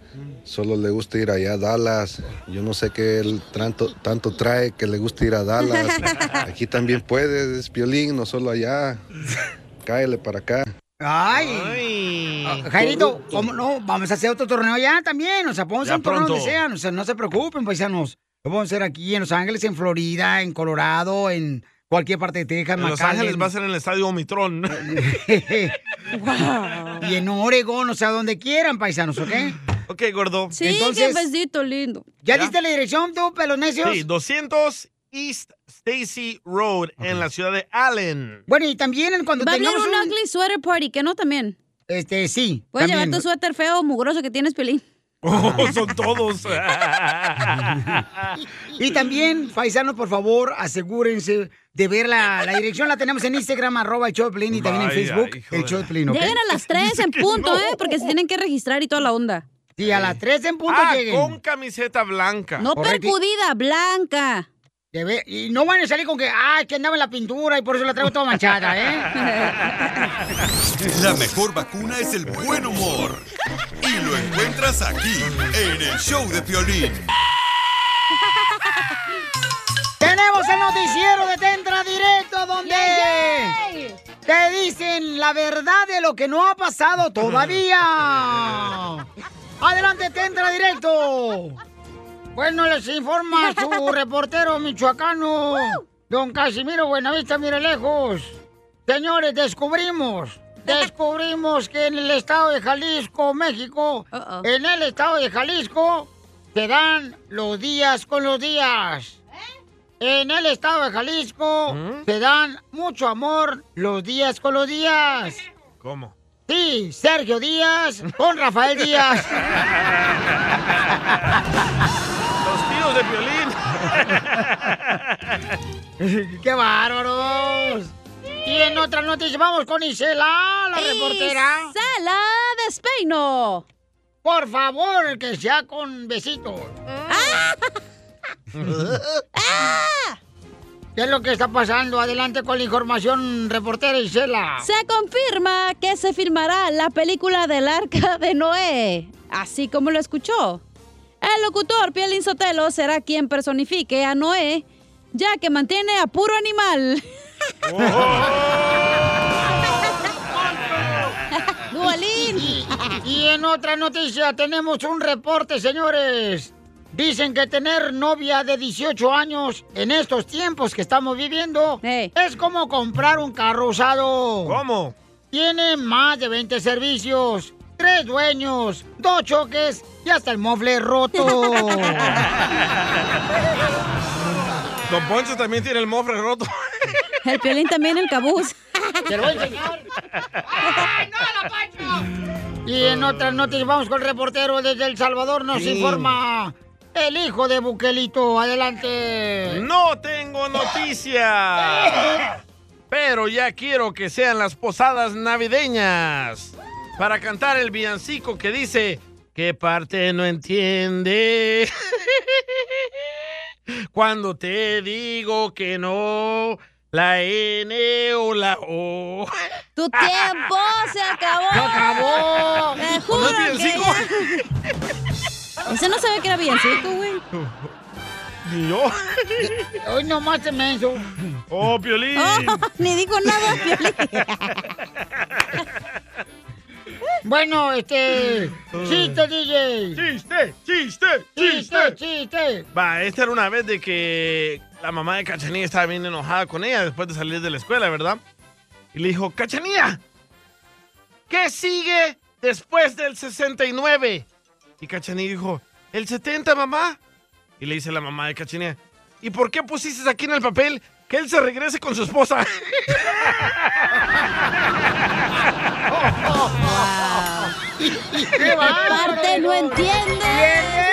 Speaker 12: Solo le gusta ir allá a Dallas. Yo no sé qué él tanto, tanto trae que le gusta ir a Dallas. Aquí también puedes, Piolín, no solo allá. Cáele para acá.
Speaker 2: Ay. Ah, Jairito, ¿cómo no? Vamos a hacer otro torneo ya también. O sea, podemos
Speaker 12: Ya
Speaker 2: hacer un torneo
Speaker 12: pronto.
Speaker 2: donde sean. O sea, no se preocupen, paisanos. Lo vamos a hacer aquí en Los Ángeles, en Florida, en Colorado, en cualquier parte de Texas.
Speaker 3: En Los
Speaker 2: McAllen.
Speaker 3: Ángeles va a ser en el estadio
Speaker 2: [laughs]
Speaker 3: Omitron.
Speaker 2: Y en Oregón, o sea, donde quieran, paisanos, ¿ok?
Speaker 3: ok, gordo.
Speaker 4: Sí, pues besito lindo.
Speaker 2: ¿Ya diste la dirección tú, pelonesios?
Speaker 3: Sí, 200 East Stacy Road en la ciudad de Allen.
Speaker 2: Bueno, y también cuando
Speaker 4: Va a venir
Speaker 3: tengamos
Speaker 4: un,
Speaker 3: un-
Speaker 4: ugly sweater party, que no también.
Speaker 2: Este, sí.
Speaker 4: Puedes
Speaker 3: también.
Speaker 4: llevar tu suéter feo mugroso que tienes, Pelín.
Speaker 3: Oh, son todos.
Speaker 2: Y también, paisanos, por favor, asegúrense de ver la, la dirección. La tenemos en Instagram, arroba el show de Piolín, y también en
Speaker 9: Vaya,
Speaker 2: Facebook,
Speaker 9: hijo
Speaker 2: el
Speaker 9: de
Speaker 2: show de
Speaker 9: la-
Speaker 2: Piolín, ¿ok?
Speaker 4: Lleguen a
Speaker 2: [laughs]
Speaker 4: las 3 en punto, ¿eh? Porque se tienen que registrar y toda la onda.
Speaker 2: Sí, a las 3 en punto
Speaker 3: Ah,
Speaker 2: lleguen.
Speaker 3: con camiseta blanca.
Speaker 4: No percudida, blanca.
Speaker 2: y no van a salir con que, ah, es que andaba en la pintura y por eso la traigo toda manchada,
Speaker 4: [laughs]
Speaker 2: ¿eh?
Speaker 10: La mejor vacuna es el buen humor. Y lo encuentras aquí, en el show de Piolín.
Speaker 2: Tenemos el noticiero de Tentra Directo donde
Speaker 9: Yay,
Speaker 2: te dicen la verdad de lo que no ha
Speaker 9: [laughs]
Speaker 2: pasado todavía. Adelante, Tentra Directo. Bueno, les informa
Speaker 9: [laughs]
Speaker 2: su reportero michoacano, don Casimiro Buenavista Mirelejos. Señores, descubrimos, descubrimos que en el estado de Jalisco, México, en el estado de Jalisco, se dan los días con los días. En el estado de Jalisco se dan mucho amor los días con los días. [laughs]
Speaker 3: ¿Cómo?
Speaker 2: Sí, Sergio Díaz con Rafael Díaz.
Speaker 3: [laughs] Los tíos de
Speaker 2: violín. ¡Qué bárbaros! Y en otras noticias vamos con Isela, la reportera.
Speaker 4: ¡Isela Despeino!
Speaker 2: Por favor, que sea con besitos. [laughs] ¿Qué es lo que está pasando? Adelante con la información, reportera Isela.
Speaker 4: Se confirma que se filmará la película del Arca de Noé, así como lo escuchó. El locutor Pielín Sotelo será quien personifique a Noé, ya que mantiene a puro
Speaker 2: [laughs]
Speaker 4: animal.
Speaker 2: Y, y en otra noticia tenemos un reporte, señores. Dicen que tener novia de 18 años en estos tiempos que estamos viviendo es como comprar un carro usado.
Speaker 3: ¿Cómo?
Speaker 2: Tiene más de 20 servicios, tres dueños, dos choques y hasta el mofle roto.
Speaker 3: Don Poncho también tiene el mofre roto.
Speaker 4: El Piolín también el cabuz.
Speaker 2: Te lo voy a enseñar. Y en otras noticias vamos con el reportero desde El Salvador. Nos
Speaker 3: Sí.
Speaker 2: informa el hijo de Buquelito. Adelante.
Speaker 3: No tengo noticia. Pero ya quiero que sean las posadas navideñas. Para cantar el villancico que dice, ¿qué parte no entiende? [laughs] Cuando te digo que no, la N o la O. [laughs]
Speaker 4: ¡Tu tiempo se acabó!
Speaker 9: ¡Se acabó!
Speaker 4: ¡Te juro
Speaker 9: ¿No es
Speaker 4: que ya! Ese no sabía que era villancico, güey.
Speaker 2: [laughs]
Speaker 3: Ni yo.
Speaker 2: Hoy nomás te menso.
Speaker 3: ¡Oh, Piolín!
Speaker 4: ni digo
Speaker 3: [laughs]
Speaker 4: nada,
Speaker 2: Bueno, este. Chiste, DJ.
Speaker 3: Chiste, chiste,
Speaker 2: chiste. Chiste,
Speaker 3: Va, esta era una vez de que la mamá de Cachanilla estaba bien enojada con ella después de salir de la escuela, ¿verdad? Y le dijo, Cachanilla, ¿qué sigue después del 69? Y Cachanilla dijo, ¿el 70, mamá? Y le dice la mamá de Cachanilla, ¿y por qué pusiste aquí en el papel que él se regrese con
Speaker 2: [laughs]
Speaker 3: su esposa?
Speaker 9: ¡Qué
Speaker 4: parte no
Speaker 9: entiende!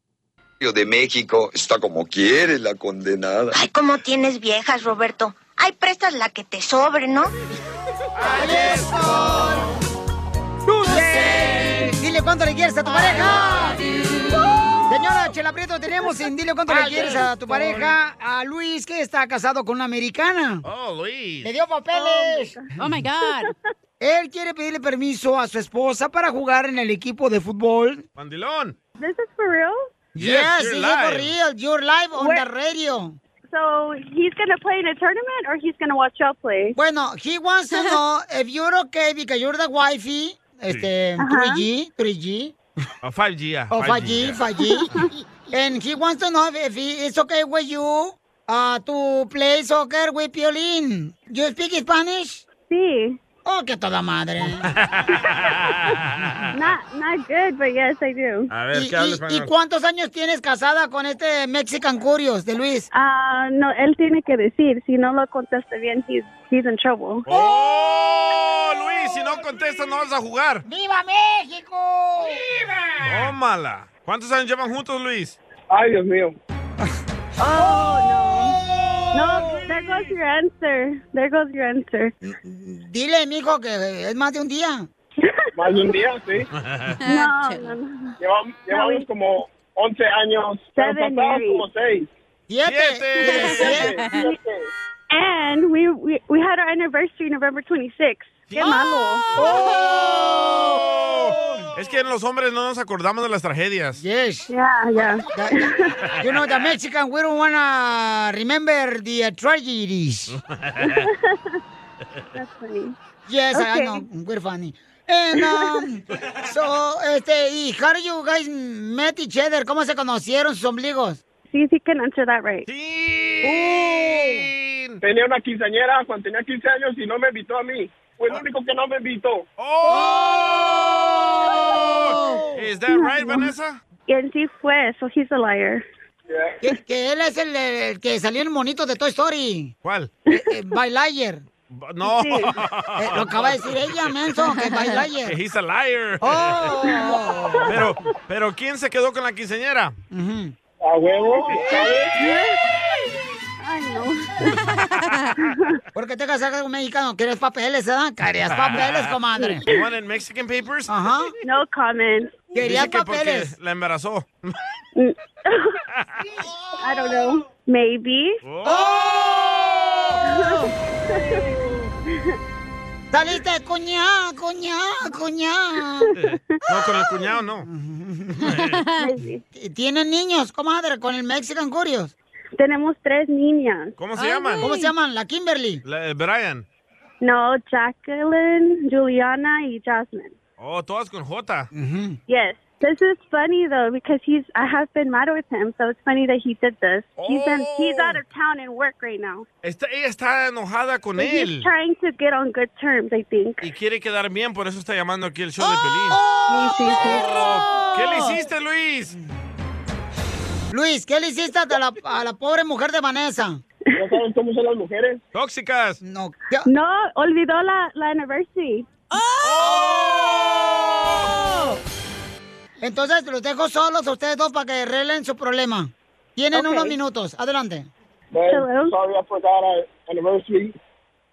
Speaker 5: de México está como quiere la condenada.
Speaker 1: Ay, cómo tienes viejas, Roberto. Ay, prestas la que te sobre, ¿no?
Speaker 2: ¡Dulce! Dile cuánto le quieres a tu pareja. Señora Chela Prieto, tenemos en Dile cuánto le
Speaker 9: Ay,
Speaker 2: quieres a tu
Speaker 9: estoy.
Speaker 2: pareja a Luis, que está casado con una americana.
Speaker 3: Oh, Luis.
Speaker 2: ¡Le dio papeles!
Speaker 4: Oh my God.
Speaker 2: [laughs] Él quiere pedirle permiso a su esposa para jugar en el equipo de fútbol.
Speaker 3: Pandilón.
Speaker 17: This is for real?
Speaker 2: Yes,
Speaker 3: you're
Speaker 2: it is
Speaker 3: live.
Speaker 2: for real. You're live on
Speaker 17: Where-
Speaker 2: the radio.
Speaker 17: So he's gonna play in a tournament, or he's gonna watch y'all play?
Speaker 2: Bueno, he wants to know if you're okay because you're the wifey, este,
Speaker 3: Ajá.
Speaker 2: 3G, 3G,
Speaker 3: A 5G, ah, ya.
Speaker 2: or 5G,
Speaker 3: [laughs]
Speaker 2: 5G. And he wants to know if he- it's okay with you uh, to play soccer with Piolín. You speak Spanish?
Speaker 17: Sí.
Speaker 2: Oh, que toda
Speaker 3: [laughs]
Speaker 2: madre.
Speaker 17: Not not good, but Uh, yes, I do.
Speaker 3: A ver,
Speaker 2: ¿Y,
Speaker 3: ¿qué habla
Speaker 2: y-
Speaker 3: español?
Speaker 2: y cuántos años tienes casada con este Mexican Curious de Luis?
Speaker 17: Ah, no, él tiene que decir. Si no lo contesta bien, he's he's in trouble.
Speaker 3: ¡Oh, Luis! Si no contestas, no vas a jugar.
Speaker 2: ¡Viva México!
Speaker 9: ¡Viva!
Speaker 3: Tómala. ¿Cuántos años llevan juntos, Luis?
Speaker 17: Ay, Dios mío. Oh no. No, there goes your answer. There goes your answer.
Speaker 2: Mm, Dile, mijo, que es más de un día.
Speaker 14: Más de un día, sí.
Speaker 17: No, no, no.
Speaker 14: Llevamos, llevamos
Speaker 17: No,
Speaker 14: como 11 años. Pero
Speaker 17: Seven
Speaker 14: pasados
Speaker 17: years.
Speaker 14: como 6.
Speaker 17: Siete. And we, we we had our anniversary November 26th. Qué malo.
Speaker 3: Oh.
Speaker 14: Oh.
Speaker 3: Es que los hombres no nos acordamos de las tragedias.
Speaker 2: Yes.
Speaker 17: Yeah, yeah.
Speaker 2: You know, the Mexican, we don't wanna remember the uh,
Speaker 17: [laughs]
Speaker 2: tragedies.
Speaker 17: That's funny.
Speaker 2: Yes, I
Speaker 17: Okay.
Speaker 2: know. We're funny. And, um, so, este, y how do you guys met each other? ¿Cómo se conocieron sus ombligos?
Speaker 17: See if you can answer that right.
Speaker 14: Tenía una quinceañera cuando tenía 15 años y no me invitó a mí. Fue el único que no me invitó.
Speaker 2: ¡Oh!
Speaker 3: Is that right, Vanessa?
Speaker 17: And he fue, so he's a liar.
Speaker 2: Que, que él es el, el que salió en el monito de Toy Story. Eh,
Speaker 3: ¿Cuál?
Speaker 2: Bailayer.
Speaker 3: No.
Speaker 2: [laughs] Eh, lo acaba de decir ella, menso, que
Speaker 3: Que
Speaker 2: bailayer.
Speaker 3: He's a liar.
Speaker 2: Oh.
Speaker 3: Pero, pero ¿quién se quedó con la quinceañera?
Speaker 14: A huevo.
Speaker 17: Ay, no.
Speaker 2: Porque te casaste con un mexicano, quieres papeles, ¿verdad? Querías papeles, comadre.
Speaker 3: You wanted Mexican papers?
Speaker 2: Ajá.
Speaker 17: No comment.
Speaker 2: Querías
Speaker 3: Dice que porque
Speaker 2: papeles.
Speaker 3: la
Speaker 2: [laughs]
Speaker 3: embarazó.
Speaker 17: I don't know. Maybe.
Speaker 3: Oh.
Speaker 2: ¡Oh! Saliste, cuñá, cuñá, cuñá.
Speaker 3: No, con el cuñado no.
Speaker 2: ¿Tienen niños, comadre, con el Mexican Curious?
Speaker 17: Tenemos tres niñas.
Speaker 3: ¿Cómo se llaman?
Speaker 2: Ah, ¿Cómo se llaman? La Kimberly.
Speaker 3: La- eh, Brian.
Speaker 17: No, Jacqueline, Juliana, y Jasmine.
Speaker 3: Oh, todas con J.
Speaker 17: Yes. This is funny though because he's I have been mad with him, so it's funny that he did this. He's in, he's
Speaker 3: Oh,
Speaker 17: out of town and work right now.
Speaker 3: Está, ella está enojada con
Speaker 17: But he's
Speaker 3: él.
Speaker 17: trying to get on good terms, I think.
Speaker 3: Y quiere quedar bien, por eso está llamando aquí el show de Pelín.
Speaker 17: ¡Oh!
Speaker 3: ¿Qué le hiciste, Luis?
Speaker 2: Luis, ¿qué le hiciste a la, a la pobre mujer de Vanessa?
Speaker 14: ¿No saben cómo son las mujeres?
Speaker 3: Tóxicas.
Speaker 2: No.
Speaker 17: No, olvidó la, la anniversary.
Speaker 2: ¡Oh! Entonces los dejo solos a ustedes dos para que arreglen su problema. Tienen
Speaker 14: Ok.
Speaker 2: unos minutos. Adelante.
Speaker 14: But sorry, I forgot our anniversary.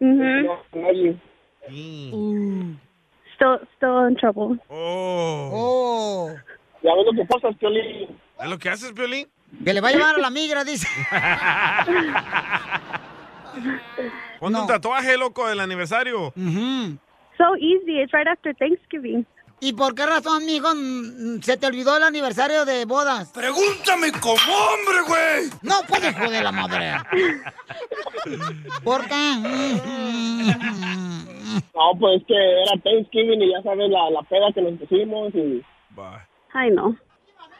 Speaker 17: Mm-hmm.
Speaker 14: No, no, you.
Speaker 3: Mm.
Speaker 17: Still still in trouble.
Speaker 2: Oh.
Speaker 14: Ya ves lo que pasa, Piolín.
Speaker 3: ¿Es lo que haces, Piolín?
Speaker 2: Que le va a llevar a la migra,
Speaker 3: [laughs]
Speaker 2: dice.
Speaker 3: Ponte un tatuaje, loco, del aniversario.
Speaker 17: So easy. It's right after Thanksgiving.
Speaker 2: ¿Y por qué razón, mijo, mm, se te olvidó el aniversario de bodas?
Speaker 9: ¡Pregúntame como hombre, güey!
Speaker 2: No puedes joder la madre.
Speaker 14: [laughs]
Speaker 2: ¿Por qué?
Speaker 14: No, pues que era Thanksgiving y ya sabes la, la peda que nos pusimos y...
Speaker 17: Ay, no.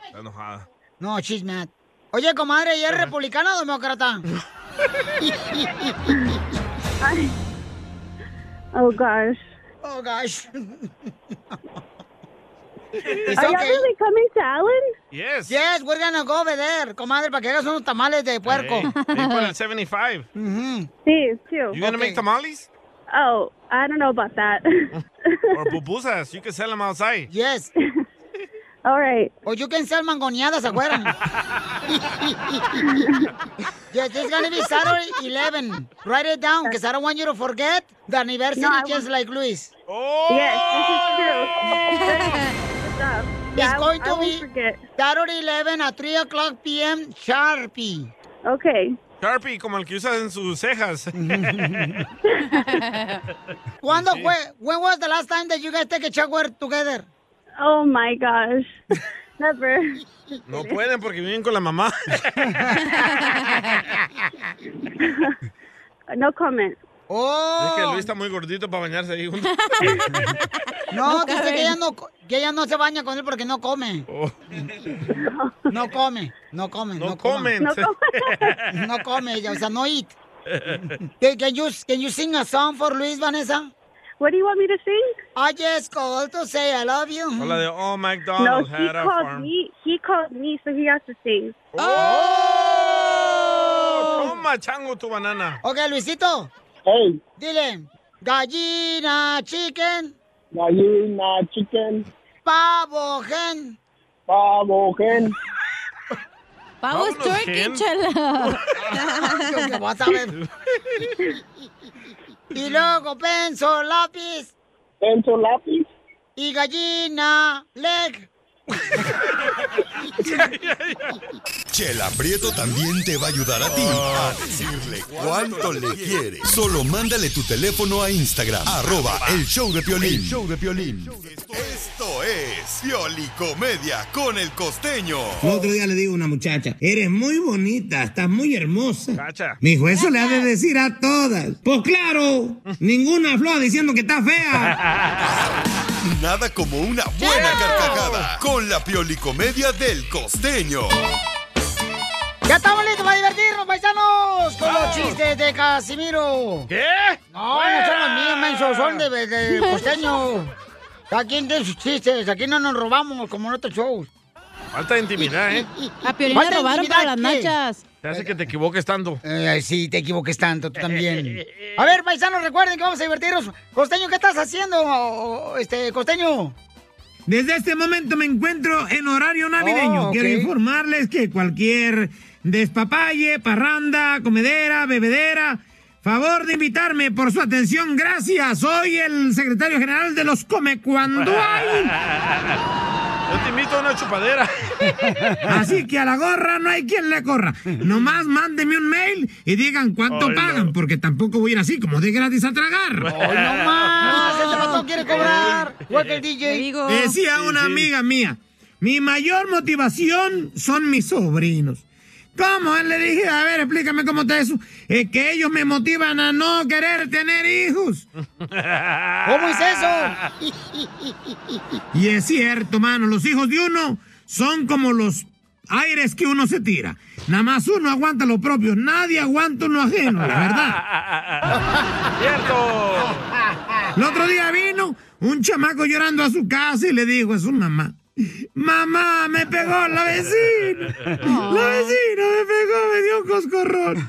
Speaker 3: Está enojada.
Speaker 2: No, she's mad. Oye, comadre, ¿y es republicana o demócrata? [laughs]
Speaker 17: Oh gosh. [laughs]
Speaker 2: oh, gosh. It's
Speaker 17: Are y'all
Speaker 2: okay.
Speaker 17: really coming to Allen?
Speaker 3: Yes.
Speaker 2: Yes, we're gonna go over there, comadre, para que hagas unos tamales de puerco.
Speaker 3: Hey, por el 75.
Speaker 17: Sí, too.
Speaker 3: You gonna make tamales?
Speaker 17: Oh, I don't know about that. [laughs]
Speaker 3: Or pupusas? You can sell them outside.
Speaker 2: Yes.
Speaker 17: All right.
Speaker 2: O you can sell mangoneadas,
Speaker 17: [laughs]
Speaker 2: ¿se acuerdan? yes, it's gonna be Saturday 11. Write it down, because I don't want you to forget the anniversary
Speaker 17: No, I
Speaker 2: just
Speaker 17: won't. Oh.
Speaker 2: like Luis.
Speaker 17: Yes, this is true. Yeah, I
Speaker 2: It's going
Speaker 17: w- I
Speaker 2: to
Speaker 17: won't
Speaker 2: be Saturday 11 at 3 o'clock p.m. Sharpie.
Speaker 17: Okay.
Speaker 3: Sharpie, como el que usas en sus cejas.
Speaker 2: [laughs] ¿Cuándo fue? When was the last time that you guys take a shower together?
Speaker 17: Oh my
Speaker 2: [laughs]
Speaker 17: gosh. Never.
Speaker 3: No pueden porque viven con la
Speaker 2: [laughs]
Speaker 3: mamá.
Speaker 17: No comment.
Speaker 3: Es que
Speaker 2: Oh.
Speaker 3: Luis está muy gordito para bañarse ahí [laughs] junto.
Speaker 2: No,
Speaker 17: No
Speaker 2: dice
Speaker 17: caben.
Speaker 2: que ella no, co- que ella no se baña con él porque no come. No come, no come. No,
Speaker 3: comen. No
Speaker 2: come. [laughs] no come ella, o sea, no eat. Can, can you, can you sing a song for Luis, Vanessa?
Speaker 17: What do you want me to sing?
Speaker 2: I just called to say I love you.
Speaker 3: O la de, oh,
Speaker 17: No,
Speaker 3: McDonald
Speaker 17: he
Speaker 3: had a
Speaker 17: called
Speaker 3: farm.
Speaker 17: me. [laughs] He called me, so he has to sing.
Speaker 3: ¡Oh! Toma, chango, tu banana.
Speaker 2: Ok, Luisito.
Speaker 9: Hey.
Speaker 2: Dile, gallina chicken,
Speaker 9: Gallina, chicken,
Speaker 2: pavo gen.
Speaker 9: pavo, gen.
Speaker 4: Pavo es
Speaker 2: Vámonos,
Speaker 4: turkey,
Speaker 2: Ken. [laughs]
Speaker 4: chela.
Speaker 2: Yo que vas a
Speaker 3: [laughs]
Speaker 2: ver. Y luego penso lápiz.
Speaker 9: Penso lápiz.
Speaker 2: Y gallina leg.
Speaker 10: Chela Prieto también te va a ayudar a ti a decirle
Speaker 3: [laughs]
Speaker 10: cuánto le quiere. Solo mándale tu teléfono a Instagram, arroba el show de Piolín.
Speaker 16: El
Speaker 10: show de Piolín. Esto es Piolicomedia con el costeño.
Speaker 16: El otro día le digo a una muchacha, eres muy bonita, estás muy hermosa. Me dijo, eso le ha de decir a todas. Pues claro, ninguna flor diciendo que está fea.
Speaker 10: Nada como una buena carcajada con la Piolicomedia del costeño.
Speaker 2: Ya estamos listos para divertirnos, paisanos. Con los
Speaker 10: Vamos.
Speaker 2: chistes de Casimiro.
Speaker 3: ¿Qué?
Speaker 2: No, no son los míos, menso, son de, de costeño. Aquí tiene sus chistes, aquí no nos robamos como en otros shows.
Speaker 3: Falta intimidad, ¿eh?
Speaker 4: A Piolín
Speaker 2: Falta
Speaker 4: le robaron
Speaker 2: intimidad,
Speaker 4: para las
Speaker 2: ¿qué?
Speaker 4: nachas.
Speaker 3: Te hace que te equivoques tanto.
Speaker 2: Eh, sí, te equivoques tanto, tú
Speaker 16: [laughs]
Speaker 2: también. A ver, paisanos, recuerden que vamos a divertirnos. Costeño, ¿qué estás haciendo, o- o, este, costeño?
Speaker 16: Desde este momento me encuentro en horario navideño.
Speaker 2: Oh, ok.
Speaker 16: Quiero informarles que cualquier despapalle, parranda, comedera, bebedera, favor de invitarme por su atención. Gracias. Soy el secretario general de los Come Cuando
Speaker 2: [laughs]
Speaker 3: Yo te invito a una chupadera.
Speaker 16: [laughs] Así que a la gorra no hay quien le corra. Nomás mándenme un mail y digan cuánto
Speaker 3: Ay, no.
Speaker 16: pagan, porque tampoco voy a ir así como de gratis a tragar.
Speaker 2: no
Speaker 16: [laughs]
Speaker 2: más! ¡Este vato quiere cobrar! Igual que el DJ.
Speaker 16: Decía una amiga mía, mi mayor motivación son mis sobrinos. ¿Cómo? Le dije, a ver, explícame cómo está eso. Es que ellos me motivan a no querer tener hijos.
Speaker 26: ¿Cómo
Speaker 16: es
Speaker 26: eso?
Speaker 16: Y es cierto, mano, los hijos de uno son como los aires que uno se tira. Nada más uno aguanta los propios, nadie aguanta uno ajeno, la
Speaker 9: [laughs]
Speaker 16: verdad. El otro día vino un chamaco llorando a su casa y le dijo a su mamá, mamá, me pegó la vecina, la vecina me pegó, me dio un coscorrón.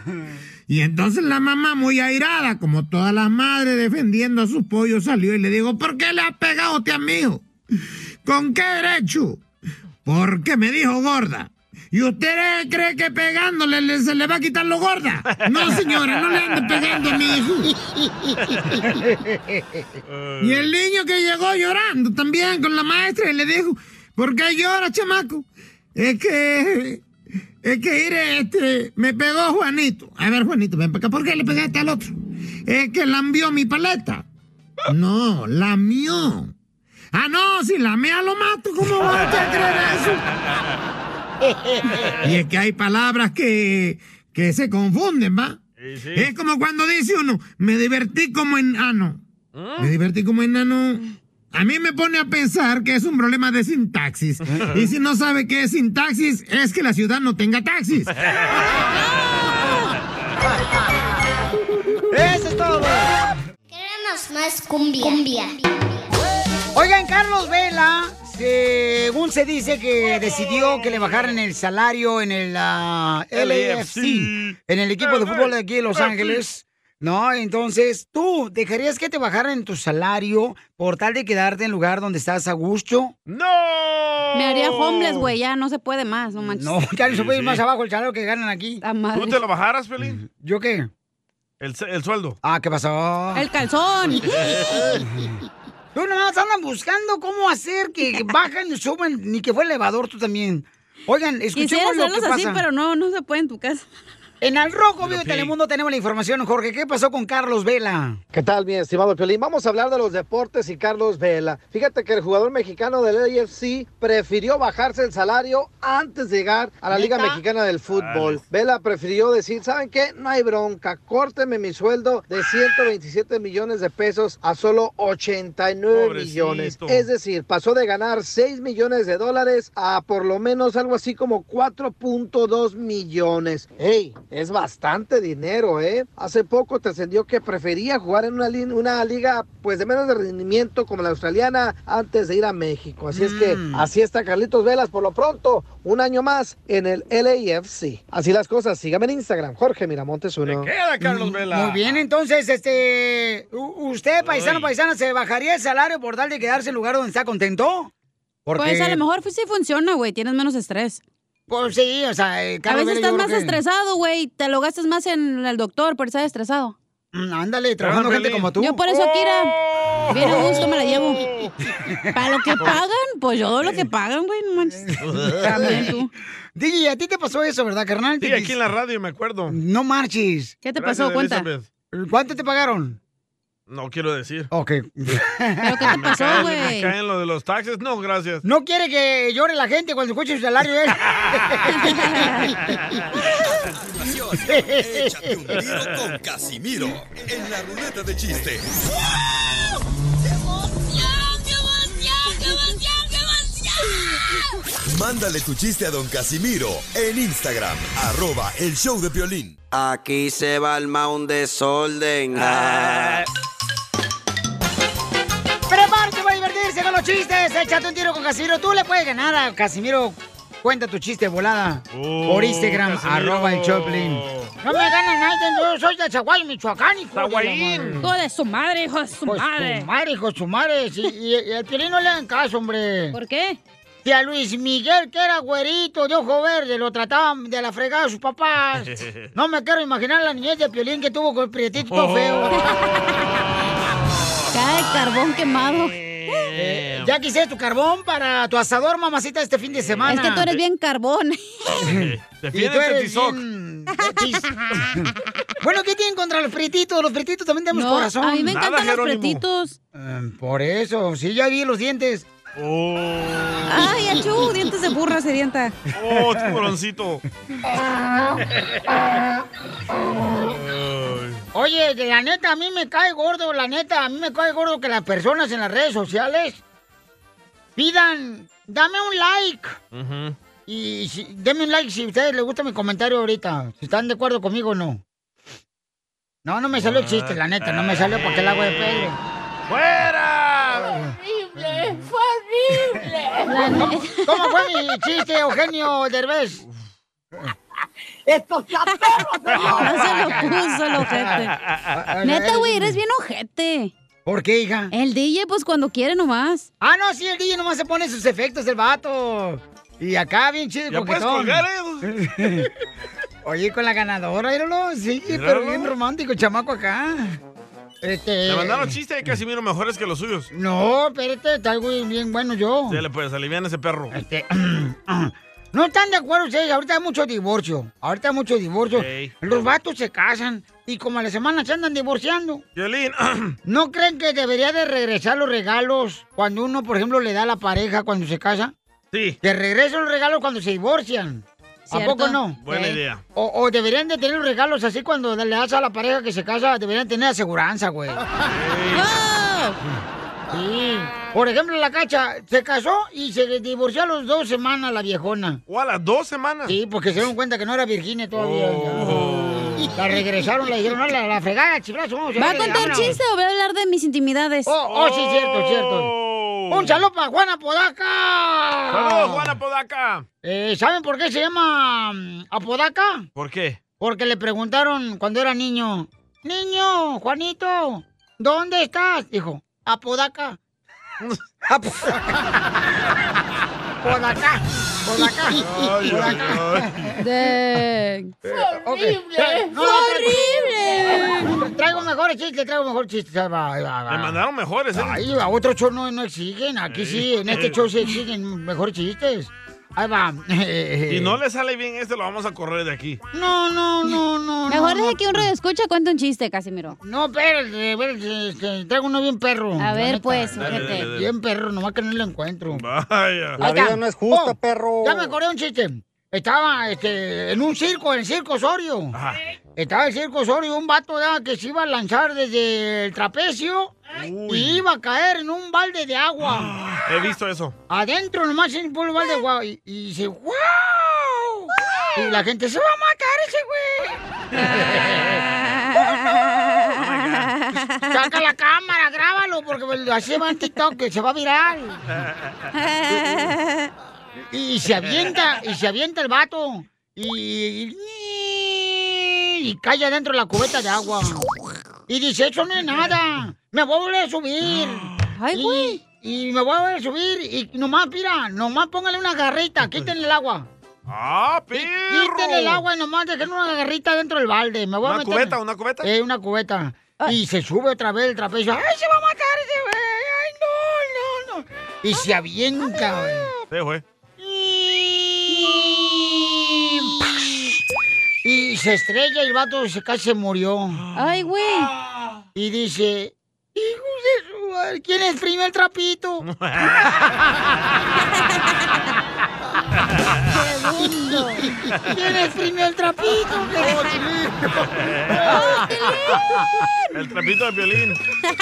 Speaker 16: Y entonces la mamá, muy airada, como toda la madre defendiendo a sus pollos, salió y le dijo, ¿por qué le has pegado usted a mi hijo? ¿Con qué derecho? Porque me dijo gorda. ¿Y usted cree que pegándole le- se le va a quitar lo gorda? No, señora, no le ande pegando a mi hijo. Y el niño que llegó llorando también con la maestra y le dijo, ¿por qué llora, chamaco? Es que, es que, mire, este, me pegó Juanito. A ver, Juanito, ven para acá, ¿por qué le pegaste al otro? Es que lambió mi paleta. No, lamió. Ah, no, si lamea lo mato, ¿cómo va usted a creer eso? Y es que hay palabras que, que se confunden, ¿va? Es como cuando dice uno, me divertí como ah, enano.
Speaker 9: Mm.
Speaker 16: Me divertí como enano. A mí me pone a pensar que es un problema de sintaxis. Y si no sabe qué es sintaxis, es que la ciudad no tenga taxis.
Speaker 2: ¡Eso es todo!
Speaker 1: Queremos más cumbia.
Speaker 2: Oigan, Carlos Vela Según se dice que decidió que le bajaran el salario en el ah, LAFC, en el equipo de fútbol de aquí de Los Ángeles. No, entonces, ¿tú dejarías que te bajaran tu salario por tal de quedarte en el lugar donde estás a gusto?
Speaker 3: ¡No!
Speaker 4: Me haría homeless, güey, ya no se puede más, no manches.
Speaker 2: No, ya no se puede ir más abajo el salario que ganan aquí.
Speaker 3: ¿Tú te lo bajaras, Pelín?
Speaker 2: ¿Yo qué?
Speaker 3: El, se- el sueldo.
Speaker 2: Ah, ¿qué pasó?
Speaker 4: El
Speaker 2: [laughs]
Speaker 4: calzón.
Speaker 2: Tú nomás andan buscando cómo hacer
Speaker 4: [laughs]
Speaker 2: que bajan y suben, ni que fue el elevador tú también. Oigan,
Speaker 4: Quisiera
Speaker 2: escuchemos lo que
Speaker 4: hacerlos
Speaker 2: pasa.
Speaker 4: así, pero no, no se puede en tu casa.
Speaker 2: En Al Rojo Vivo de Telemundo tenemos la información, Jorge. ¿Qué pasó con Carlos Vela?
Speaker 5: ¿Qué tal, mi estimado Piolín? Vamos a hablar de los deportes y Carlos Vela. Fíjate que el jugador mexicano del AFC prefirió bajarse el salario antes de llegar a la Liga
Speaker 6: ¿Neta?
Speaker 5: Mexicana del Fútbol. Vela prefirió decir, ¿saben qué? No hay bronca, córteme mi sueldo de 127 millones de pesos a solo 89 millones.
Speaker 6: Pobrecito.
Speaker 5: Es decir, pasó de ganar 6 millones de dólares a por lo menos algo así como 4.2 millones. ¡Ey! Es bastante dinero, ¿eh? Hace poco trascendió que prefería jugar en una, li- una liga pues de menos de rendimiento como la australiana antes de ir a México. Así es que
Speaker 2: Mm.
Speaker 5: así está Carlitos Velas por lo pronto, un año más en el LAFC. Así las cosas, sígame en Instagram, Jorge Miramontes uno.
Speaker 2: Mm, Muy bien, entonces, este, u- usted, paisano, paisana, ¿se bajaría el salario por tal de quedarse en el lugar donde está contento? Porque-
Speaker 4: Pues a lo mejor sí funciona, güey, tienes menos estrés.
Speaker 2: Pues sí, o sea, eh,
Speaker 4: A
Speaker 2: Carlos
Speaker 4: veces
Speaker 2: Vela,
Speaker 4: estás
Speaker 2: yo creo
Speaker 4: más
Speaker 2: que-
Speaker 4: estresado, güey, te lo gastas más en el doctor por estar estresado.
Speaker 2: Mm, Ándale, trabajando gente como tú.
Speaker 4: Yo por eso, Kira, bien a gusto me la llevo. Para lo
Speaker 2: [laughs]
Speaker 4: que pagan, pues yo doy lo que pagan, güey, no manches. También tú.
Speaker 2: DJ, a ti te pasó eso, ¿verdad, carnal?
Speaker 3: Sí, aquí en la radio, me acuerdo.
Speaker 2: No marches.
Speaker 4: ¿Qué
Speaker 3: te Gracias, pasó? Cuenta. Elizabeth.
Speaker 2: ¿Cuánto te pagaron?
Speaker 3: No quiero decir.
Speaker 2: Ok. [laughs]
Speaker 3: ¿Pero
Speaker 2: qué te pasó,
Speaker 3: Me
Speaker 2: güey?
Speaker 3: caen lo de los taxes. No, gracias.
Speaker 2: No quiere que llore la gente cuando escuche su salario.
Speaker 4: [laughs]
Speaker 2: ¿eh?
Speaker 10: Échate un tiro con Casimiro en la ruleta de chistes. Mándale tu chiste a don Casimiro en Instagram, arroba el show de violín.
Speaker 27: Aquí se va el un
Speaker 23: [laughs]
Speaker 27: desorden. [laughs]
Speaker 2: Prepárate para divertirse con los chistes. Échate un tiro con Casimiro. Tú le puedes ganar a Casimiro. Cuenta tu chiste volada por Instagram,
Speaker 9: Casimiro.
Speaker 2: arroba el Choplin. No me gana nadie, yo soy de Chaguay, Michoacán, hijo
Speaker 4: Chaguayín.
Speaker 2: Hijo de su madre, hijo de su
Speaker 4: madre.
Speaker 2: Su madre, hijo de su madre. Sí, y, y al Piolín no le dan caso, hombre. ¿Por qué? Si a Luis Miguel, que era güerito, de ojo verde, lo trataban de la fregada a sus papás. No me quiero imaginar la niñez de Piolín que tuvo con el prietito todo feo. [laughs] Cae carbón quemado.
Speaker 3: Eh,
Speaker 2: [laughs] ya quise tu carbón para tu asador, mamacita, este fin de semana.
Speaker 4: Es que tú eres bien
Speaker 2: carbón.
Speaker 3: Defiéndete, Tizoc.
Speaker 2: bien- [laughs] bueno, ¿qué tienen contra los frititos? Los frititos también tenemos
Speaker 4: No,
Speaker 2: corazón.
Speaker 4: a mí me Nada, encantan los Jerónimo.
Speaker 2: frititos. Mm, por eso, sí, ya vi los dientes.
Speaker 4: Ay, achú, dientes de burra sedienta.
Speaker 3: Oh, tiburoncito.
Speaker 2: Ah. Oye, de la neta, a mí me cae gordo, la neta, a mí me cae gordo que las personas en las redes sociales pidan, dame un like. Y si, denme un like si a ustedes les gusta mi comentario ahorita, si están de acuerdo conmigo o no. No, no me salió el chiste, la neta, no me salió porque el agua de pedo.
Speaker 3: ¡Fuera!
Speaker 9: ¡Horrible! ¡Fue horrible!
Speaker 2: ¿Cómo, cómo fue mi chiste, Eugenio Derbez? ¡Esto está
Speaker 4: [laughs] Ahora se lo puso el
Speaker 2: [laughs]
Speaker 4: ojete. Neta, güey, eres bien ojete.
Speaker 2: ¿Por qué, hija?
Speaker 4: El DJ, pues cuando quiere nomás.
Speaker 2: Ah, no, sí, el DJ nomás se pone sus efectos del vato. Y acá bien chido,
Speaker 4: Ya puedes
Speaker 2: coquetón.
Speaker 4: colgar,
Speaker 9: eh.
Speaker 2: [laughs] Oye, con la ganadora, míralo. Sí,
Speaker 3: Míralo.
Speaker 2: pero bien romántico, el chamaco acá. Este...
Speaker 3: Le mandaron chistes de Casimiro mejores que los suyos.
Speaker 2: No, espérate, está algo bien bueno yo.
Speaker 3: Dale, pues, alivian ese perro.
Speaker 2: Este, [clears throat] No están de acuerdo ustedes, ahorita hay mucho divorcio. Ahorita hay mucho divorcio.
Speaker 3: Ey.
Speaker 2: Los vatos se casan y como a la semana se andan divorciando.
Speaker 3: Violín. [clears throat]
Speaker 2: ¿No creen que debería de regresar los regalos cuando uno, por ejemplo, le da a la pareja cuando se casa?
Speaker 3: Sí.
Speaker 2: Que regresen los regalos cuando se divorcian. ¿A
Speaker 3: Cierto.
Speaker 2: poco no?
Speaker 3: Buena Sí. idea.
Speaker 2: O, o deberían de tener los regalos así cuando le das a la pareja que se casa, deberían tener aseguranza, güey. [laughs] Sí. Por ejemplo, la cacha se casó y se divorció a las dos semanas la viejona.
Speaker 3: ¿O a las dos semanas? Oh.
Speaker 2: Sí, porque se dieron cuenta que no era Virginia todavía. La regresaron, la dijeron, no, la, la fregada, chiflazo, vamos
Speaker 4: ¿Va a
Speaker 2: darle,
Speaker 4: contar
Speaker 2: vámonos".
Speaker 4: chiste o voy a hablar de mis intimidades?
Speaker 2: Oh, sí, Oh, cierto, cierto. ¡Un saludo para Juana Podaca!
Speaker 3: Saludos, Juana Podaca!
Speaker 2: Eh, ¿Saben por qué se llama mm, Apodaca?
Speaker 3: ¿Por qué?
Speaker 2: Porque le preguntaron cuando era niño, niño, Juanito, ¿dónde estás? Dijo, Apodaca. Apo- por acá, por acá, por acá.
Speaker 9: horrible,
Speaker 2: horrible. Traigo mejores chistes, traigo mejor chistes. Me Ah.
Speaker 3: Me mandaron mejores,
Speaker 9: Pues,
Speaker 3: ¿eh?
Speaker 2: Ahí va, otro show no, no exigen. Aquí sí, en este show se exigen mejores chistes. Ahí va. [laughs] eh,
Speaker 3: Si no le sale bien este, lo vamos a correr de aquí.
Speaker 2: No, no, no, no.
Speaker 4: Mejor
Speaker 2: no,
Speaker 4: es que un radio escucha cuenta un chiste, Casimiro.
Speaker 2: No, espérate, espérate, que traigo uno bien perro.
Speaker 4: A
Speaker 2: la
Speaker 4: ver,
Speaker 2: neta.
Speaker 4: pues, Dale, ojete. dale, dale.
Speaker 2: Bien perro, nomás que no lo encuentro. Oh,
Speaker 3: Vaya.
Speaker 9: La vida no es justa, perro.
Speaker 2: Ya me acordé de un chiste. Estaba este, en un circo, en el circo Osorio. Estaba el circo Osorio, un vato ya, que se iba a lanzar desde el trapecio y iba a caer en un balde de agua.
Speaker 3: He visto eso.
Speaker 2: Adentro nomás en un balde de agua. Y, y dice, ¡wow! Y la gente se va a matar ese güey. [laughs] Saca la cámara, grábalo, porque pues, así va en TikTok, que se va a viral. Y, y se avienta, y se avienta el vato. Y, y, cae adentro la cubeta de agua. Y dice, eso no es nada. Me voy a volver a subir. Ay, güey. Y, me voy a volver a subir. Y nomás, mira, nomás póngale una garrita, quítenle el agua.
Speaker 3: ¡Ah, perro!
Speaker 2: Quítenle el agua y nomás dejen una garrita dentro del balde. Me voy a
Speaker 3: ¿Una
Speaker 2: meter-
Speaker 3: cubeta, una cubeta?
Speaker 2: Eh, una cubeta. Y se sube otra vez el trapecio. ¡Ay, se va a matar ese güey! ¡Ay, no, no, no! Y se avienta, güey.
Speaker 3: Sí, güey.
Speaker 2: Y se estrella y el vato se casi se murió. Ay, güey. Y dice, hijos de su madre, ¿quién es el trapito? ¿Quién exprimió el trapito?
Speaker 3: [laughs] El trapito de violín.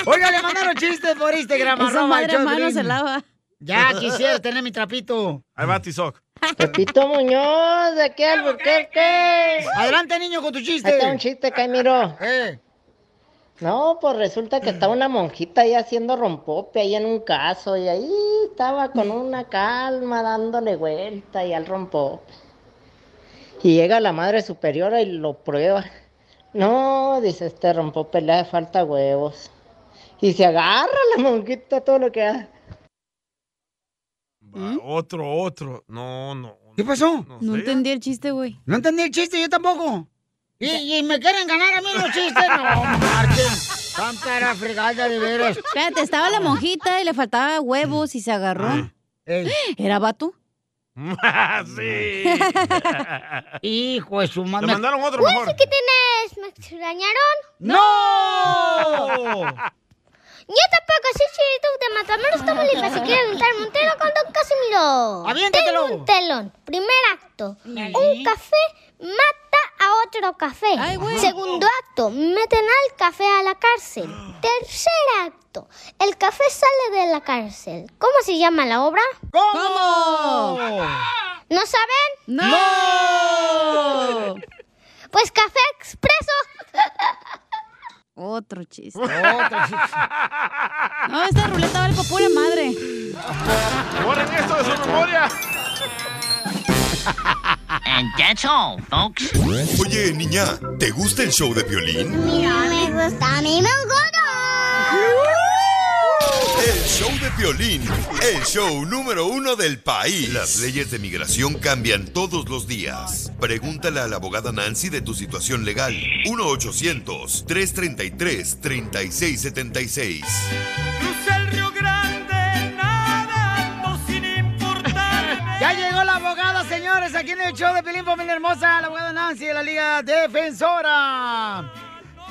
Speaker 2: Oiga, le mandaron chistes por Instagram.
Speaker 3: Esa
Speaker 2: arroba
Speaker 3: madre
Speaker 2: el show de
Speaker 3: mano
Speaker 2: Piolín.
Speaker 3: se lava.
Speaker 2: Ya quisiera tener mi trapito.
Speaker 3: Ahí va Tizoc.
Speaker 16: Pepito Muñoz, de aquí al Burquerque.
Speaker 2: Adelante, niño, con tu chiste.
Speaker 16: Ahí está un chiste, Caimiro.
Speaker 2: Eh.
Speaker 16: No, pues resulta que estaba una monjita ahí haciendo rompope ahí en un caso y ahí estaba con una calma dándole vuelta y al rompope. Y llega la madre superiora y lo prueba. No, dice este rompope, le hace falta huevos. Y se agarra la monjita todo lo que da.
Speaker 3: Va, Otro, otro. No, no.
Speaker 2: ¿Qué pasó?
Speaker 3: No,
Speaker 4: No
Speaker 3: sé.
Speaker 4: entendí el chiste, güey.
Speaker 2: No entendí el chiste, yo tampoco. Y, y me quieren ganar a mí los chistes. No,
Speaker 3: [laughs]
Speaker 2: marchen. Están para fregada de veras.
Speaker 4: Espérate, estaba la monjita y le faltaba huevos y se
Speaker 2: Ah.
Speaker 4: agarró. ¿Era vato?
Speaker 3: sí.
Speaker 2: [laughs] Hijo de su madre.
Speaker 3: Le mandaron otro mejor.
Speaker 1: ¿Qué tenés? ¿Me extrañaron?
Speaker 2: ¡No!
Speaker 1: Yo tampoco soy chirito de Matamoros Tamaulipas y quiero aventarme un telón con Don Casimiro.
Speaker 2: ¡Aviéntatelo!
Speaker 1: Tengo un telón. Primer acto. Un café mata a otro café. Segundo acto. Meten al café a la cárcel. Tercer acto. El café sale de la cárcel. ¿Cómo se llama la obra?
Speaker 2: ¿Cómo?
Speaker 1: ¿No saben?
Speaker 2: Oh.
Speaker 4: ¡No!
Speaker 1: Pues Café Expreso. [laughs]
Speaker 4: Otro chiste.
Speaker 2: Otro chiste.
Speaker 4: No, esta ruleta vale por pura madre.
Speaker 3: ¡Borren esto de su memoria!
Speaker 10: [laughs] And that's all, folks. Oye, niña, ¿te gusta el show de violín?
Speaker 1: me gusta, a mí me
Speaker 10: El show de violín, el show número uno del país. Las leyes de migración cambian todos los días. Pregúntale a la abogada Nancy de tu situación legal. 1-800-333-3676.
Speaker 9: Cruza el Río Grande nadando sin importar.
Speaker 2: Ya llegó la abogada, señores, aquí en el show de Pelín Familia Hermosa, la abogada Nancy de la Liga Defensora.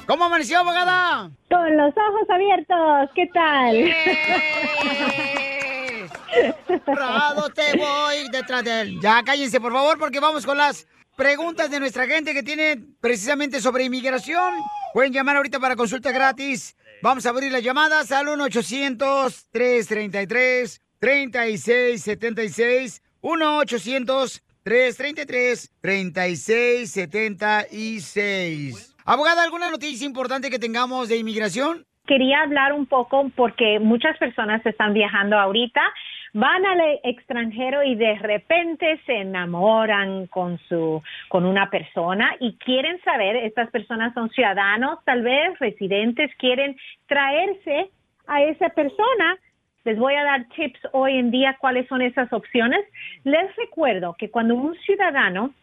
Speaker 2: ¿Cómo amaneció, abogada?
Speaker 28: Con los ojos abiertos, ¿qué tal?
Speaker 2: Prado, te voy detrás de él. Ya cállense, por favor, porque vamos con las preguntas de nuestra gente que tiene precisamente sobre inmigración. Pueden llamar ahorita para consulta gratis. Vamos a abrir las llamadas al 1-800-333-3676. 1-800-333-3676. Abogada, ¿alguna noticia importante que tengamos de inmigración?
Speaker 28: quería hablar un poco porque muchas personas están viajando ahorita, van al extranjero y de repente se enamoran con su con una persona y quieren saber, estas personas son ciudadanos, tal vez residentes quieren traerse a esa persona les voy a dar tips hoy en día cuáles son esas opciones. Les recuerdo que cuando un ciudadano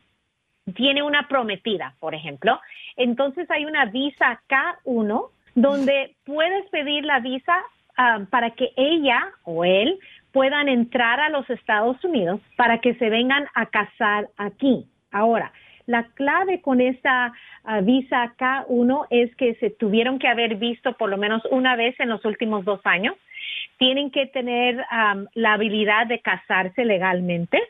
Speaker 28: tiene una prometida, por ejemplo, entonces hay una visa K1 donde puedes pedir la visa ah, para que ella o él puedan entrar a los Estados Unidos para que se vengan a casar aquí. Ahora, la clave con esta ah, visa K1 es que se tuvieron que haber visto por lo menos una vez en los últimos dos años tienen que tener am, la habilidad de casarse legalmente.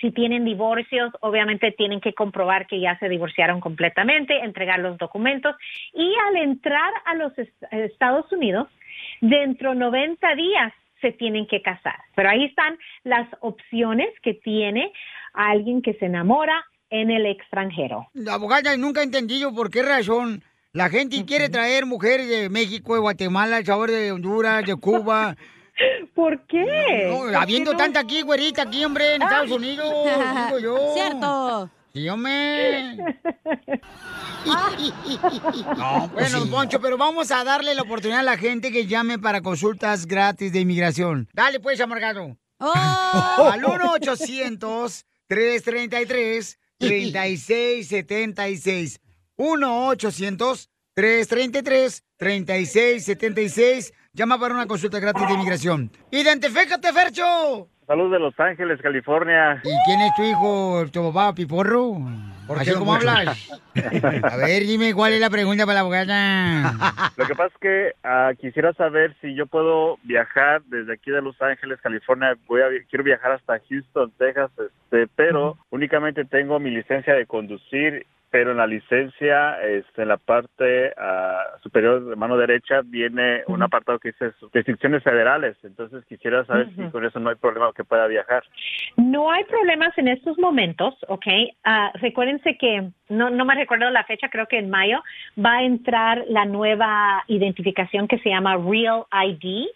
Speaker 28: Si tienen divorcios, obviamente tienen que comprobar que ya se divorciaron completamente, entregar los documentos y al entrar a los est- Estados Unidos, dentro 90 días se tienen que casar. Pero ahí están las opciones que tiene alguien que se enamora en el extranjero.
Speaker 2: La abogada nunca he entendido por qué razón la gente quiere traer mujeres de México, de Guatemala, El Salvador, de Honduras, de Cuba.
Speaker 28: ¿Por qué?
Speaker 2: No,
Speaker 9: ¿Por
Speaker 2: habiendo
Speaker 9: qué no?
Speaker 2: tanta aquí, güerita, aquí, hombre, en Estados Unidos, digo yo.
Speaker 4: Cierto.
Speaker 2: Sí, hombre. [laughs] No, bueno, don Poncho, pero vamos a darle la oportunidad a la gente que llame para consultas gratis de inmigración. Dale, pues, amargado.
Speaker 4: Oh.
Speaker 2: [laughs] Al 1-800-333-3676. 1-800-333-3676. Llama para una consulta gratis de inmigración. ¡Identifícate, Fercho!
Speaker 23: Salud de Los Ángeles, California.
Speaker 2: ¿Y quién es tu hijo, tu papá, Piporro? ¿Por
Speaker 23: qué,
Speaker 2: cómo
Speaker 23: Poncho?
Speaker 2: hablas? [laughs] A ver, dime cuál es la pregunta para la abogada.
Speaker 23: Lo que pasa es que ah, quisiera saber si yo puedo viajar desde aquí de Los Ángeles, California. Voy a vi- quiero viajar hasta Houston, Texas, este, pero únicamente tengo mi licencia de conducir, pero en la licencia, este, en la parte ah, superior de mano derecha viene un apartado que dice restricciones federales. Entonces quisiera saber si
Speaker 28: Ujú.
Speaker 23: con eso no hay problema que pueda viajar.
Speaker 28: No hay problemas en estos momentos, ¿ok? Ah, recuérdense que, no, no me recuerdo la fecha, creo que en mayo, va a entrar la nueva identificación que se llama Real ID.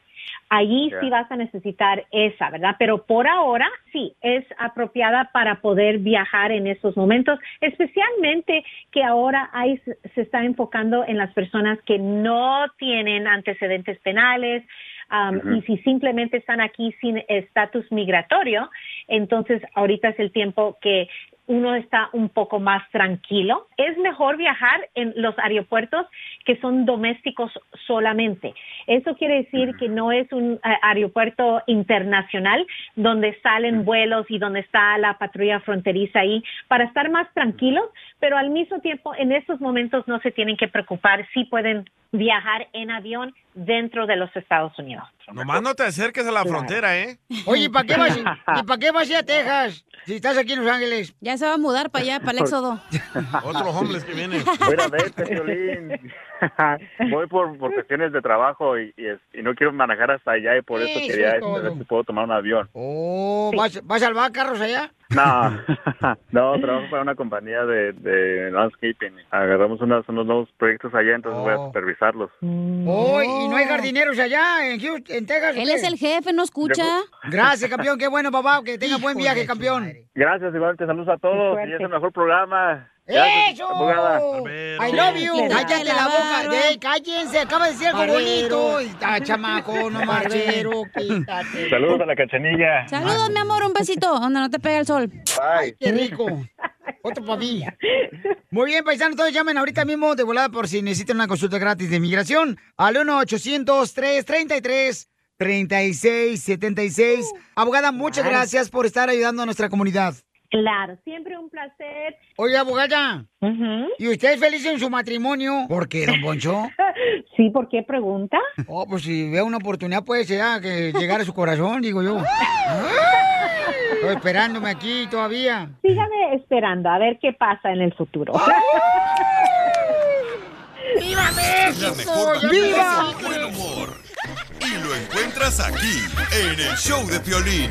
Speaker 28: Allí
Speaker 20: Ya.
Speaker 28: sí vas a necesitar esa, ¿verdad? Pero por ahora sí, es apropiada para poder viajar en estos momentos, especialmente que ahora hay, se está enfocando en las personas que no tienen antecedentes penales, Um,
Speaker 20: Ujú.
Speaker 28: Y si simplemente están aquí sin estatus migratorio, entonces ahorita es el tiempo que uno está un poco más tranquilo. Es mejor viajar en los aeropuertos que son domésticos solamente. Eso quiere decir que no es un eh, aeropuerto internacional donde salen vuelos y donde está la patrulla fronteriza ahí para estar más tranquilos, pero al mismo tiempo en estos momentos no se tienen que preocupar si pueden viajar en avión dentro de los Estados Unidos.
Speaker 3: Nomás no te acerques a la frontera, ¿eh?
Speaker 2: Oye, ¿y para qué [laughs] vas, y para qué vas a ir a Texas si estás aquí en Los Ángeles?
Speaker 4: Ya se va a mudar para allá, para
Speaker 2: [laughs]
Speaker 4: el éxodo.
Speaker 23: Otro homeless que
Speaker 3: viene.
Speaker 23: Voy a ir a verte, Piolín. Voy por, por cuestiones de trabajo y, y es- y no quiero manejar hasta allá y por eso
Speaker 2: Eso
Speaker 23: quería
Speaker 2: es todo.
Speaker 23: este, ver si puedo tomar un avión.
Speaker 2: Oh, ¿vas, vas a salvar carros allá? [laughs]
Speaker 23: No, no, trabajo para una compañía de, de landscaping. Agarramos unas- unos nuevos proyectos allá, entonces voy a supervisarlos.
Speaker 2: Oh, ¿y no hay jardineros allá en, Houston, en Texas? Él es el
Speaker 4: jefe, no escucha.
Speaker 2: Gracias, campeón, qué bueno, papá, que tenga buen viaje, campeón.
Speaker 23: Gracias, igual te saludos a todos y es el mejor programa. Gracias,
Speaker 2: ¡Eso!
Speaker 23: abogada.
Speaker 2: I love you,
Speaker 23: Le
Speaker 2: cállate
Speaker 23: saca
Speaker 2: la,
Speaker 23: la
Speaker 2: boca,
Speaker 23: barba.
Speaker 2: Ey, cállense, acaba de decir algo
Speaker 23: Barbero.
Speaker 2: bonito. Y, ah,
Speaker 4: [laughs]
Speaker 2: chamaco, no marchero, quítate.
Speaker 23: Saludos a la cachanilla.
Speaker 4: Saludos, mi amor, un besito, donde no te pega el sol.
Speaker 2: Qué rico. Otro para mí. Muy bien, paisanos, todos llamen ahorita mismo de volada por si necesitan una consulta gratis de inmigración al 1-800-333-3676. Abogada, muchas
Speaker 28: Claro.
Speaker 2: gracias por estar ayudando a nuestra comunidad.
Speaker 28: Claro, siempre un placer.
Speaker 2: Oye, abogada, ¿y usted es feliz en su matrimonio? ¿Por qué, don Poncho?
Speaker 28: sí, ¿por qué pregunta?
Speaker 2: Oh, pues si veo una oportunidad, puede ser ah, que llegar a su corazón, digo yo. Ah, Estoy esperándome aquí todavía.
Speaker 28: Sígame esperando a ver qué pasa en el futuro.
Speaker 9: ¡Viva
Speaker 10: La
Speaker 9: México!
Speaker 10: mejor
Speaker 9: ¡Viva!
Speaker 10: vacuna es el buen humor. Y lo encuentras aquí, en el show de Piolín.